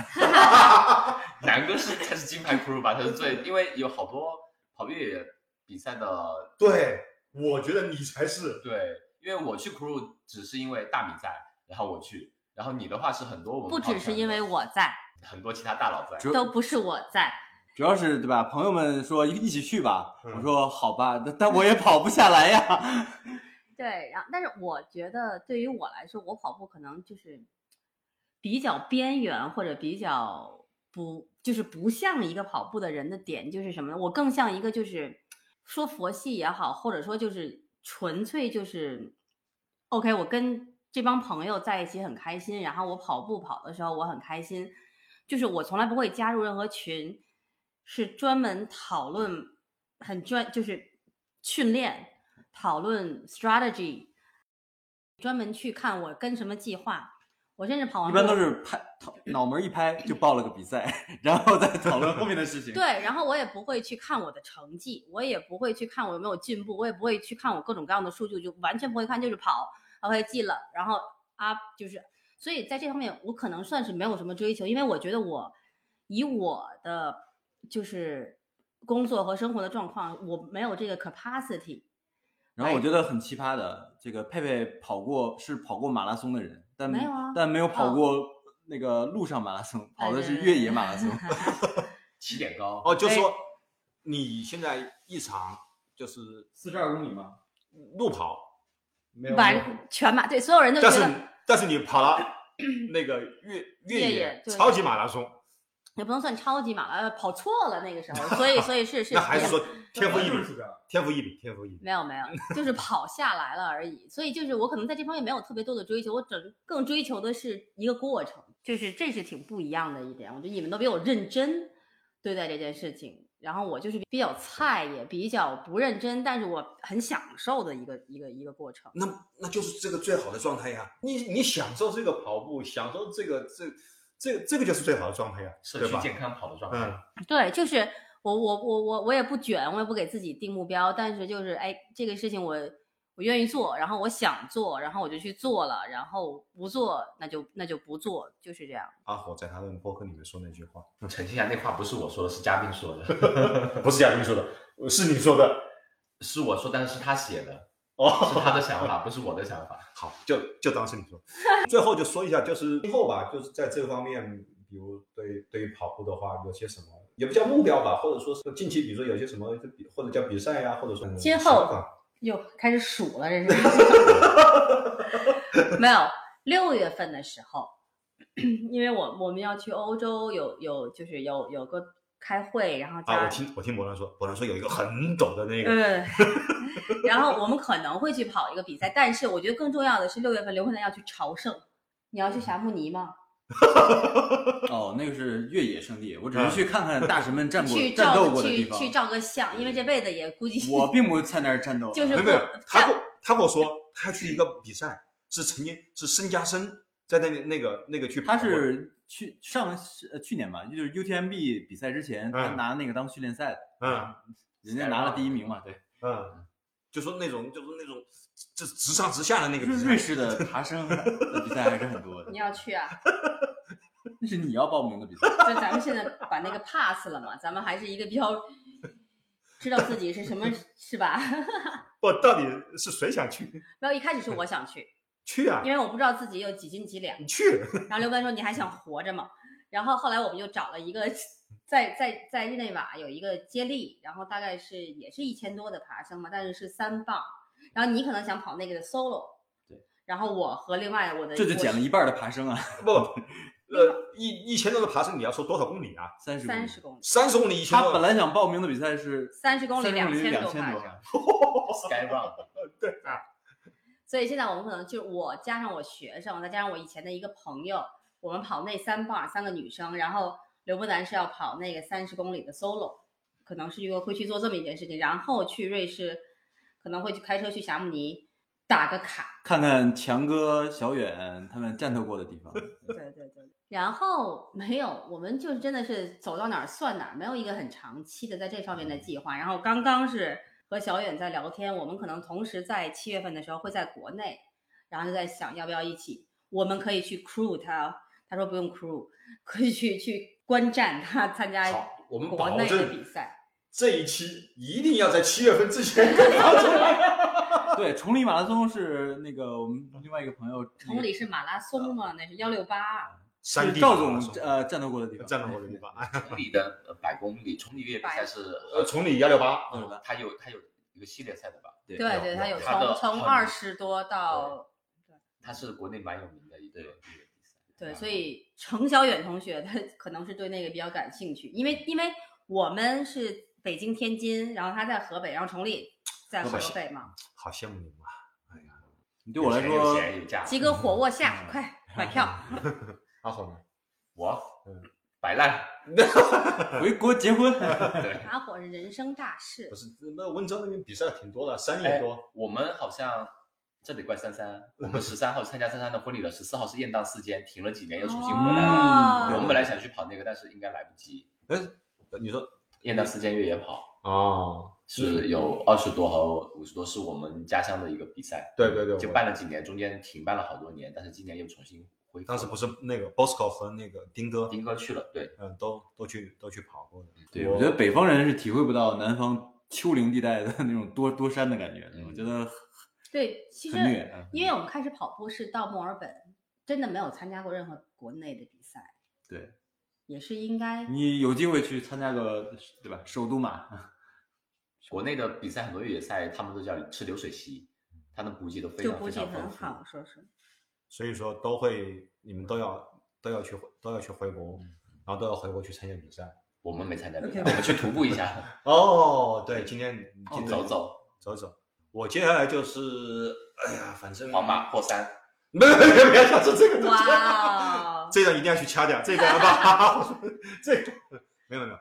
[SPEAKER 4] 南哥是他是金牌 crew 吧，他是最因为有好多跑越野比赛的
[SPEAKER 8] 对，我觉得你才是
[SPEAKER 4] 对，因为我去 crew 只是因为大米在，然后我去，然后你的话是很多我们
[SPEAKER 1] 不只是因为我在，
[SPEAKER 4] 很多其他大佬在，
[SPEAKER 2] 主
[SPEAKER 1] 都不是我在，
[SPEAKER 2] 主要是对吧？朋友们说一一起去吧，
[SPEAKER 8] 嗯
[SPEAKER 2] 我说好吧，但但我也跑不下来呀。
[SPEAKER 1] 对，然后但是我觉得对于我来说，我跑步可能就是比较边缘或者比较不就是不像一个跑步的人的点就是什么呢？我更像一个就是说佛系也好，或者说就是纯粹就是 OK，我跟这帮朋友在一起很开心，然后我跑步跑的时候我很开心，就是我从来不会加入任何群，是专门讨论很专就是训练。讨论 strategy，专门去看我跟什么计划。我甚至跑完
[SPEAKER 2] 一
[SPEAKER 1] 步
[SPEAKER 2] 般都是拍头脑门一拍就报了个比赛，然后再讨论后面的事情。
[SPEAKER 1] 对，然后我也不会去看我的成绩，我也不会去看我有没有进步，我也不会去看我各种各样的数据，就完全不会看，就是跑，OK 记了，然后啊就是，所以在这方面我可能算是没有什么追求，因为我觉得我以我的就是工作和生活的状况，我没有这个 capacity
[SPEAKER 2] 然后我觉得很奇葩的，这个佩佩跑过是跑过马拉松的人，但
[SPEAKER 1] 没有啊
[SPEAKER 2] 但没有跑过那个路上马拉松，跑的是越野马拉 松。
[SPEAKER 4] 起点高，
[SPEAKER 6] 哦，就
[SPEAKER 1] 哎
[SPEAKER 6] 说你现在一场就是
[SPEAKER 2] 四十二公里吗？
[SPEAKER 6] 路跑，
[SPEAKER 8] 没有
[SPEAKER 1] 完
[SPEAKER 8] 没有
[SPEAKER 1] 全马，对所有人都觉
[SPEAKER 6] 但是
[SPEAKER 1] 得。
[SPEAKER 6] 但是你跑了 那个越
[SPEAKER 1] 越
[SPEAKER 6] 越
[SPEAKER 1] 野
[SPEAKER 6] 野
[SPEAKER 1] 对
[SPEAKER 6] 超级马拉松，
[SPEAKER 1] 也不能算超级马拉，呃跑错了那个时候，所以所以是是
[SPEAKER 6] 那还是说天赋
[SPEAKER 8] 那
[SPEAKER 6] 异
[SPEAKER 8] 就是
[SPEAKER 6] 禀，
[SPEAKER 8] 这样。
[SPEAKER 6] 天赋异禀，天赋异禀。
[SPEAKER 1] 没有没有，就是跑下来了而已。所以就是我可能在这方面没有特别多的追求，我整更追求的是一个过程，就是这是挺不一样的一点。我觉得你们都比我认真对待这件事情，然后我就是比较菜，也比较不认真，但是我很享受的一个一个一个过程。
[SPEAKER 6] 那那就是这个最好的状态呀、你你享受这个跑步，享受这个这这这个就是最好的状态呀、
[SPEAKER 4] 社
[SPEAKER 6] 对
[SPEAKER 4] 区
[SPEAKER 6] 吧？
[SPEAKER 4] 健康跑的状态。
[SPEAKER 6] 嗯，
[SPEAKER 1] 对，就是我我我我我也不卷，我也不给自己定目标，但是就是哎，这个事情我我愿意做，然后我想做，然后我就去做了，然后不做那就那就不做，就是这样。
[SPEAKER 6] 阿火在他的博客里面说那句话，
[SPEAKER 4] 澄清一下，那话不是我说的，是嘉宾说的，
[SPEAKER 8] 不是亚斌说的，是你说的。
[SPEAKER 4] 是我说，但是他写的，
[SPEAKER 8] 哦，
[SPEAKER 4] 是他的想法，不是我的想法。
[SPEAKER 6] 好，就就当是你说。 最后就说一下，就是今后吧，就是在这方面，比如对对于跑步的话，有些什么也不叫目标吧，或者说是近期，比如说有些什么就比或者叫比赛呀、或者说嗯
[SPEAKER 1] 今后
[SPEAKER 6] 想法
[SPEAKER 1] 又开始数了， 这是没有六月份的时候，因为我我们要去欧洲，有有就是有有个开会，然后加、
[SPEAKER 6] 啊，我听我听博兰说，博兰说有一个很陡的那个，
[SPEAKER 1] 嗯，然后我们可能会去跑一个比赛，但是我觉得更重要的是六月份刘坤南要去朝圣。你要去霞慕尼吗？
[SPEAKER 2] 哦，那个是越野圣地，我只是去看看大神们战过、
[SPEAKER 1] 去
[SPEAKER 2] 战
[SPEAKER 1] 照
[SPEAKER 2] 斗
[SPEAKER 1] 个
[SPEAKER 2] 过的地
[SPEAKER 1] 去
[SPEAKER 2] 方。
[SPEAKER 1] 去照个相，因为这辈子也估计
[SPEAKER 2] 我并不在那儿战斗，啊
[SPEAKER 1] 就是
[SPEAKER 6] 没有
[SPEAKER 1] 不
[SPEAKER 6] 没有，他
[SPEAKER 1] 在
[SPEAKER 6] 跟我他跟我说，他要去一个比赛，是曾经是申嘉生在那里那个那个去跑
[SPEAKER 2] 他
[SPEAKER 6] 过，
[SPEAKER 2] 是去上呃去年吧，就是 UTMB 比赛之前，他
[SPEAKER 6] 嗯
[SPEAKER 2] 拿那个当训练赛的，
[SPEAKER 6] 嗯
[SPEAKER 2] 人家拿了第一名嘛，对，
[SPEAKER 6] 嗯，就说那种就是那种就直上直下的那个
[SPEAKER 2] 就嗯
[SPEAKER 6] 比
[SPEAKER 2] 是瑞
[SPEAKER 6] 赛，
[SPEAKER 2] 士的爬 升的比赛还是很多 的
[SPEAKER 1] 你。要去啊？
[SPEAKER 2] 那是你要报名的比赛，
[SPEAKER 1] 就咱们现在把那个 pass 了嘛，咱们还是一个比较知道自己是什么，是吧？
[SPEAKER 6] 不到底是谁想去
[SPEAKER 1] 没有，一开始是我想去，
[SPEAKER 6] 去啊
[SPEAKER 1] 因？为我不知道自己有几斤几两。
[SPEAKER 6] 你去，
[SPEAKER 1] 然后刘班说：“你还想活着吗？”然后后来我们就找了一个在在在日内瓦有一个接力，然后大概是也是一千多的爬升嘛，但是是三磅。然后你可能想跑那个的 solo，
[SPEAKER 2] 对。
[SPEAKER 1] 然后我和另外我的
[SPEAKER 2] 这就减了一半的爬升啊，
[SPEAKER 6] 不，呃，一一千多的爬升，你要说多少公里啊？
[SPEAKER 2] 三十。
[SPEAKER 1] 三十公里，
[SPEAKER 6] 三十公里一千
[SPEAKER 2] 他
[SPEAKER 6] 多
[SPEAKER 2] 本，来想报名的比赛是
[SPEAKER 1] 三十公里
[SPEAKER 2] 30
[SPEAKER 1] 两千
[SPEAKER 2] 两
[SPEAKER 1] 多
[SPEAKER 2] 千
[SPEAKER 1] 爬
[SPEAKER 2] 多
[SPEAKER 1] 升。
[SPEAKER 4] Sky Run，
[SPEAKER 6] 对啊，
[SPEAKER 1] 所以现在我们可能就是我加上我学生，再加上我以前的一个朋友，我们跑那三棒，三个女生，然后刘伯南是要跑那个三十公里的 solo，可能是一个会去做这么一件事情，然后去瑞士，可能会去开车去霞慕尼打个卡，
[SPEAKER 2] 看看强哥、小远他们战斗过的地方。
[SPEAKER 1] 对对对。然后没有，我们就是真的是走到哪儿算哪儿，没有一个很长期的在这方面的计划。然后刚刚是和小远在聊天，我们可能同时在七月份的时候会在国内，然后就在想要不要一起，我们可以去 crew 他，他说不用 crew，可以去去观战他参加
[SPEAKER 9] 好，我们
[SPEAKER 1] 国
[SPEAKER 9] 保
[SPEAKER 1] 内的比
[SPEAKER 9] 证
[SPEAKER 1] 赛。
[SPEAKER 9] 这一期一定要在七月份之 前给发出来。
[SPEAKER 2] 对，崇礼马拉松是那个我们另外一个朋友，
[SPEAKER 1] 崇礼是马拉松嘛，那是幺六八，啊
[SPEAKER 2] 是
[SPEAKER 6] 山地啊
[SPEAKER 2] 赵
[SPEAKER 6] 马
[SPEAKER 2] 总
[SPEAKER 6] 拉松
[SPEAKER 2] 呃战斗过的地方，
[SPEAKER 6] 站到我的地方，哎，
[SPEAKER 4] 崇礼的呃百公里，崇礼越野比赛是
[SPEAKER 6] 呃，崇礼幺六八，嗯
[SPEAKER 2] 对吧？
[SPEAKER 4] 它有它有一个系列赛的吧？
[SPEAKER 2] 对
[SPEAKER 1] 对对，他有
[SPEAKER 4] 他的
[SPEAKER 1] 从从
[SPEAKER 4] 很
[SPEAKER 1] 二十多到
[SPEAKER 4] 它是国内蛮有名的一个越野比赛。
[SPEAKER 1] 对，
[SPEAKER 4] 嗯
[SPEAKER 1] 所以程小远同学他 可能是对那个比较感兴趣，因为因为我们是北京、天津，然后他在河北，然后崇礼在河
[SPEAKER 6] 河
[SPEAKER 1] 北嘛，
[SPEAKER 6] 好羡慕你们啊！哎呀，
[SPEAKER 2] 你对我来
[SPEAKER 4] 有
[SPEAKER 2] 说，
[SPEAKER 4] 钱有价，
[SPEAKER 1] 鸡哥火握下，
[SPEAKER 4] 嗯
[SPEAKER 1] 快买票！
[SPEAKER 6] 阿红呢？
[SPEAKER 4] 我
[SPEAKER 6] 嗯
[SPEAKER 4] 摆烂，
[SPEAKER 2] 回国结 婚，
[SPEAKER 4] 对。
[SPEAKER 1] 打火是人生大事
[SPEAKER 6] 不，是，那温州那边比赛挺多的，山
[SPEAKER 2] 哎
[SPEAKER 6] 也多，
[SPEAKER 4] 哎我们好像这得怪 珊珊，我们十三号参加珊珊的婚礼了，十四号是雁荡四间，停了几年又重新回来了。
[SPEAKER 1] 哦
[SPEAKER 4] 我们本来想去跑那个，但是应该来不及。
[SPEAKER 6] 你说
[SPEAKER 4] 雁荡四间越野跑
[SPEAKER 6] 哦，
[SPEAKER 4] 是有二十多和五十多，是我们家乡的一个比赛，
[SPEAKER 6] 对对对，
[SPEAKER 4] 就
[SPEAKER 6] 我
[SPEAKER 4] 办了几年，中间停办了好多年，但是今年又重新恢复了。
[SPEAKER 6] 当时不是那个 Bosco 和那个丁哥，
[SPEAKER 4] 丁哥去了，对，
[SPEAKER 6] 嗯，都都去都去跑过的。
[SPEAKER 2] 对我觉得北方人是体会不到南方丘陵地带的那种多多山的感觉的，
[SPEAKER 4] 嗯
[SPEAKER 2] 我觉得
[SPEAKER 1] 对，其
[SPEAKER 2] 很虐
[SPEAKER 1] 实
[SPEAKER 2] 啊。
[SPEAKER 1] 因为我们开始跑步是到墨尔本，真的没有参加过任何国内的比赛，
[SPEAKER 2] 对
[SPEAKER 1] 也是应该
[SPEAKER 2] 你有机会去参加个对吧？首都马，
[SPEAKER 4] 国内的比赛很多越野赛，他们都叫吃流水席，他的补给都非
[SPEAKER 1] 就
[SPEAKER 4] 常
[SPEAKER 1] 估
[SPEAKER 4] 非
[SPEAKER 1] 计
[SPEAKER 4] 常丰
[SPEAKER 1] 很
[SPEAKER 4] 富。
[SPEAKER 1] 好，说是
[SPEAKER 6] 所以说都会，你们都要都要去都要去回国，然后都要回国去参加比赛。
[SPEAKER 4] 我们没参加比赛，
[SPEAKER 1] OK
[SPEAKER 4] 我们去徒步一下，
[SPEAKER 6] 哦，对，今天
[SPEAKER 4] 去
[SPEAKER 6] 今天
[SPEAKER 4] 走走
[SPEAKER 6] 走走。我接下来就是，哎呀，反正
[SPEAKER 4] 黄马破山。
[SPEAKER 6] 没有没有不要想说这个东西，
[SPEAKER 1] 哇哦
[SPEAKER 6] 这段一定要去掐掉，这段要把 这个没有没有，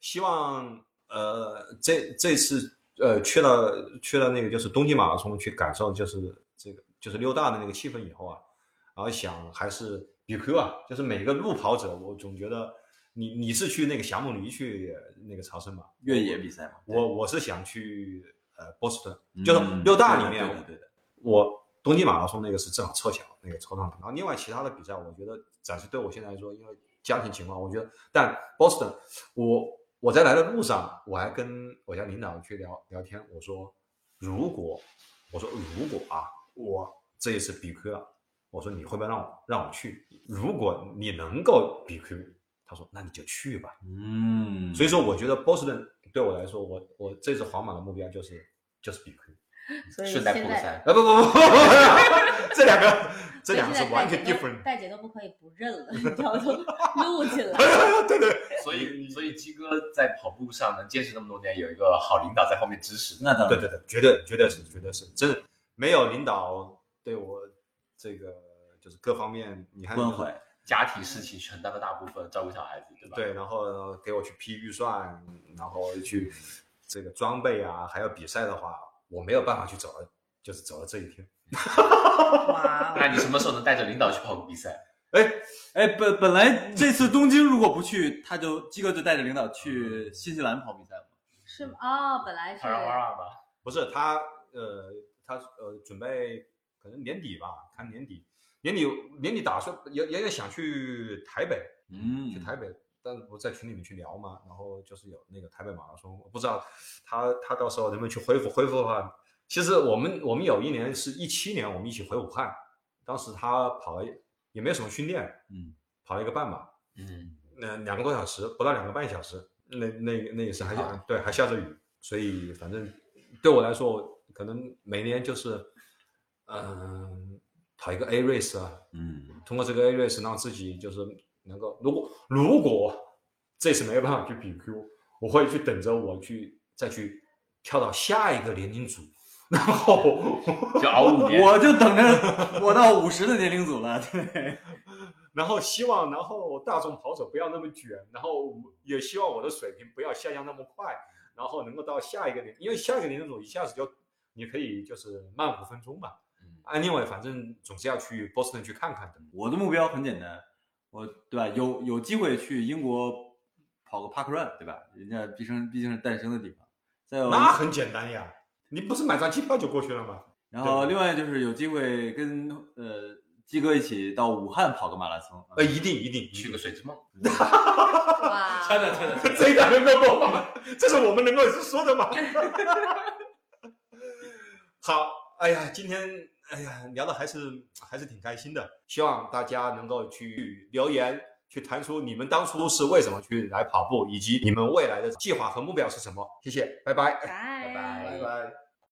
[SPEAKER 6] 希望呃这这次呃去了去了那个就是冬季马拉松去感受就是这个就是溜大的那个气氛以后啊，然后想还是比 Q 啊，就是每个路跑者，我总觉得你你是去那个霞慕尼去那个朝圣嘛，
[SPEAKER 2] 越野比赛嘛，对
[SPEAKER 6] 我我是想去呃波士顿，就是六大里面，
[SPEAKER 2] 嗯对的对的对的
[SPEAKER 6] 我东京马拉松那个是正好凑巧那个抽上了，然后另外其他的比赛，我觉得暂时对我现在来说，因为家庭情况，我觉得，但 Boston，我我在来的路上，我还跟我家领导去聊聊天，我说如果我说如果啊，我这一次比 Q 了，我说你会不会让我让我去？如果你能够比 Q，他说那你就去吧。
[SPEAKER 2] 嗯，
[SPEAKER 6] 所
[SPEAKER 2] 以
[SPEAKER 6] 以说，我觉得波士顿对我来说，我我这次皇马的目标就是就是比 Q。
[SPEAKER 1] 所以现
[SPEAKER 4] 顺带破
[SPEAKER 1] 在
[SPEAKER 4] 山，
[SPEAKER 6] 啊不不不，这两个这两个
[SPEAKER 1] 所以
[SPEAKER 6] 是
[SPEAKER 1] 现在
[SPEAKER 6] 完
[SPEAKER 1] 戴
[SPEAKER 6] 全
[SPEAKER 1] 姐都
[SPEAKER 6] different。
[SPEAKER 1] 戴姐都不可以不认了，你知道都录进来 了。
[SPEAKER 6] 对对，
[SPEAKER 4] 所以所以鸡哥在跑步上能坚持那么多年，有一个好领导在后面支持。
[SPEAKER 2] 那当
[SPEAKER 6] 对
[SPEAKER 2] 然，
[SPEAKER 6] 对对，绝对绝对是绝对是，真的没有领导对我这个就是各方面你看
[SPEAKER 2] 关怀，
[SPEAKER 4] 家庭事情承担了大部分，照顾小孩子，对吧？
[SPEAKER 6] 对，然后给我去批预算，然后去这个装备啊，还有比赛的话，我没有办法去走到就是走到这一天。
[SPEAKER 1] 哇
[SPEAKER 4] 那你什么时候能带着领导去跑个比赛？
[SPEAKER 6] 哎，
[SPEAKER 2] 哎，本本来这次东京如果不去，他就鸡哥就带着领导去新西兰跑比赛嘛。
[SPEAKER 1] 是吗？哦，本 来是
[SPEAKER 4] 哗啦哗啦吧。
[SPEAKER 6] 不是他，呃，他呃，准备可能年底吧，看年底，年底年底打算也也也想去台北，
[SPEAKER 2] 嗯
[SPEAKER 6] 去台北，但是不在群里面去聊嘛，然后就是有那个台北马拉松，我不知道他他到时候能不能去恢复恢复的话，其实我们我们有一年是一七年，我们一起回武汉，当时他跑了也没有什么训练，
[SPEAKER 2] 嗯，
[SPEAKER 6] 跑了一个半马，
[SPEAKER 4] 嗯，
[SPEAKER 6] 那呃两个多小时，不到两个半小时，那那那也是还下对还下着雨，所以反正对我来说，我可能每年就是嗯、跑一个 A race 啊，
[SPEAKER 2] 嗯，
[SPEAKER 6] 通过这个 A race 让自己就是能够，如果如果这次没有办法去比 Q，我会去等着我去再去跳到下一个年龄组，然后
[SPEAKER 4] 就熬五年。
[SPEAKER 2] 我就等着 我到五十的年龄组了。 对，
[SPEAKER 6] 然后希望，然后大众跑者不要那么卷，然后也希望我的水平不要下降那么快，然后能够到下一个年，因为下一个年龄组一下子就你可以就是慢五分钟吧。啊，另外反正总是要去波士顿去看看的。
[SPEAKER 2] 我的目标很简单，我对吧？有有机会去英国跑个 Park Run，对吧？人家毕生毕竟是诞生的地方。再有，
[SPEAKER 6] 那很简单呀，你不是买张机票就过去了吗？
[SPEAKER 2] 然后
[SPEAKER 6] 对
[SPEAKER 2] 另外就是有机会跟呃鸡哥一起到武汉跑个马拉松。
[SPEAKER 6] 呃，一定一定
[SPEAKER 4] 去个水之梦，
[SPEAKER 1] 哇，
[SPEAKER 4] 真的真的真的
[SPEAKER 6] 这一点都没有过分，这是我们能够说的吗？ 好，哎呀，今天哎呀聊的还是还是挺开心的，希望大家能够去留言。去谈出你们当初是为什么去来跑步，以及你们未来的计划和目标是什么。谢谢，拜拜。
[SPEAKER 1] 拜
[SPEAKER 4] 拜拜
[SPEAKER 3] 拜拜。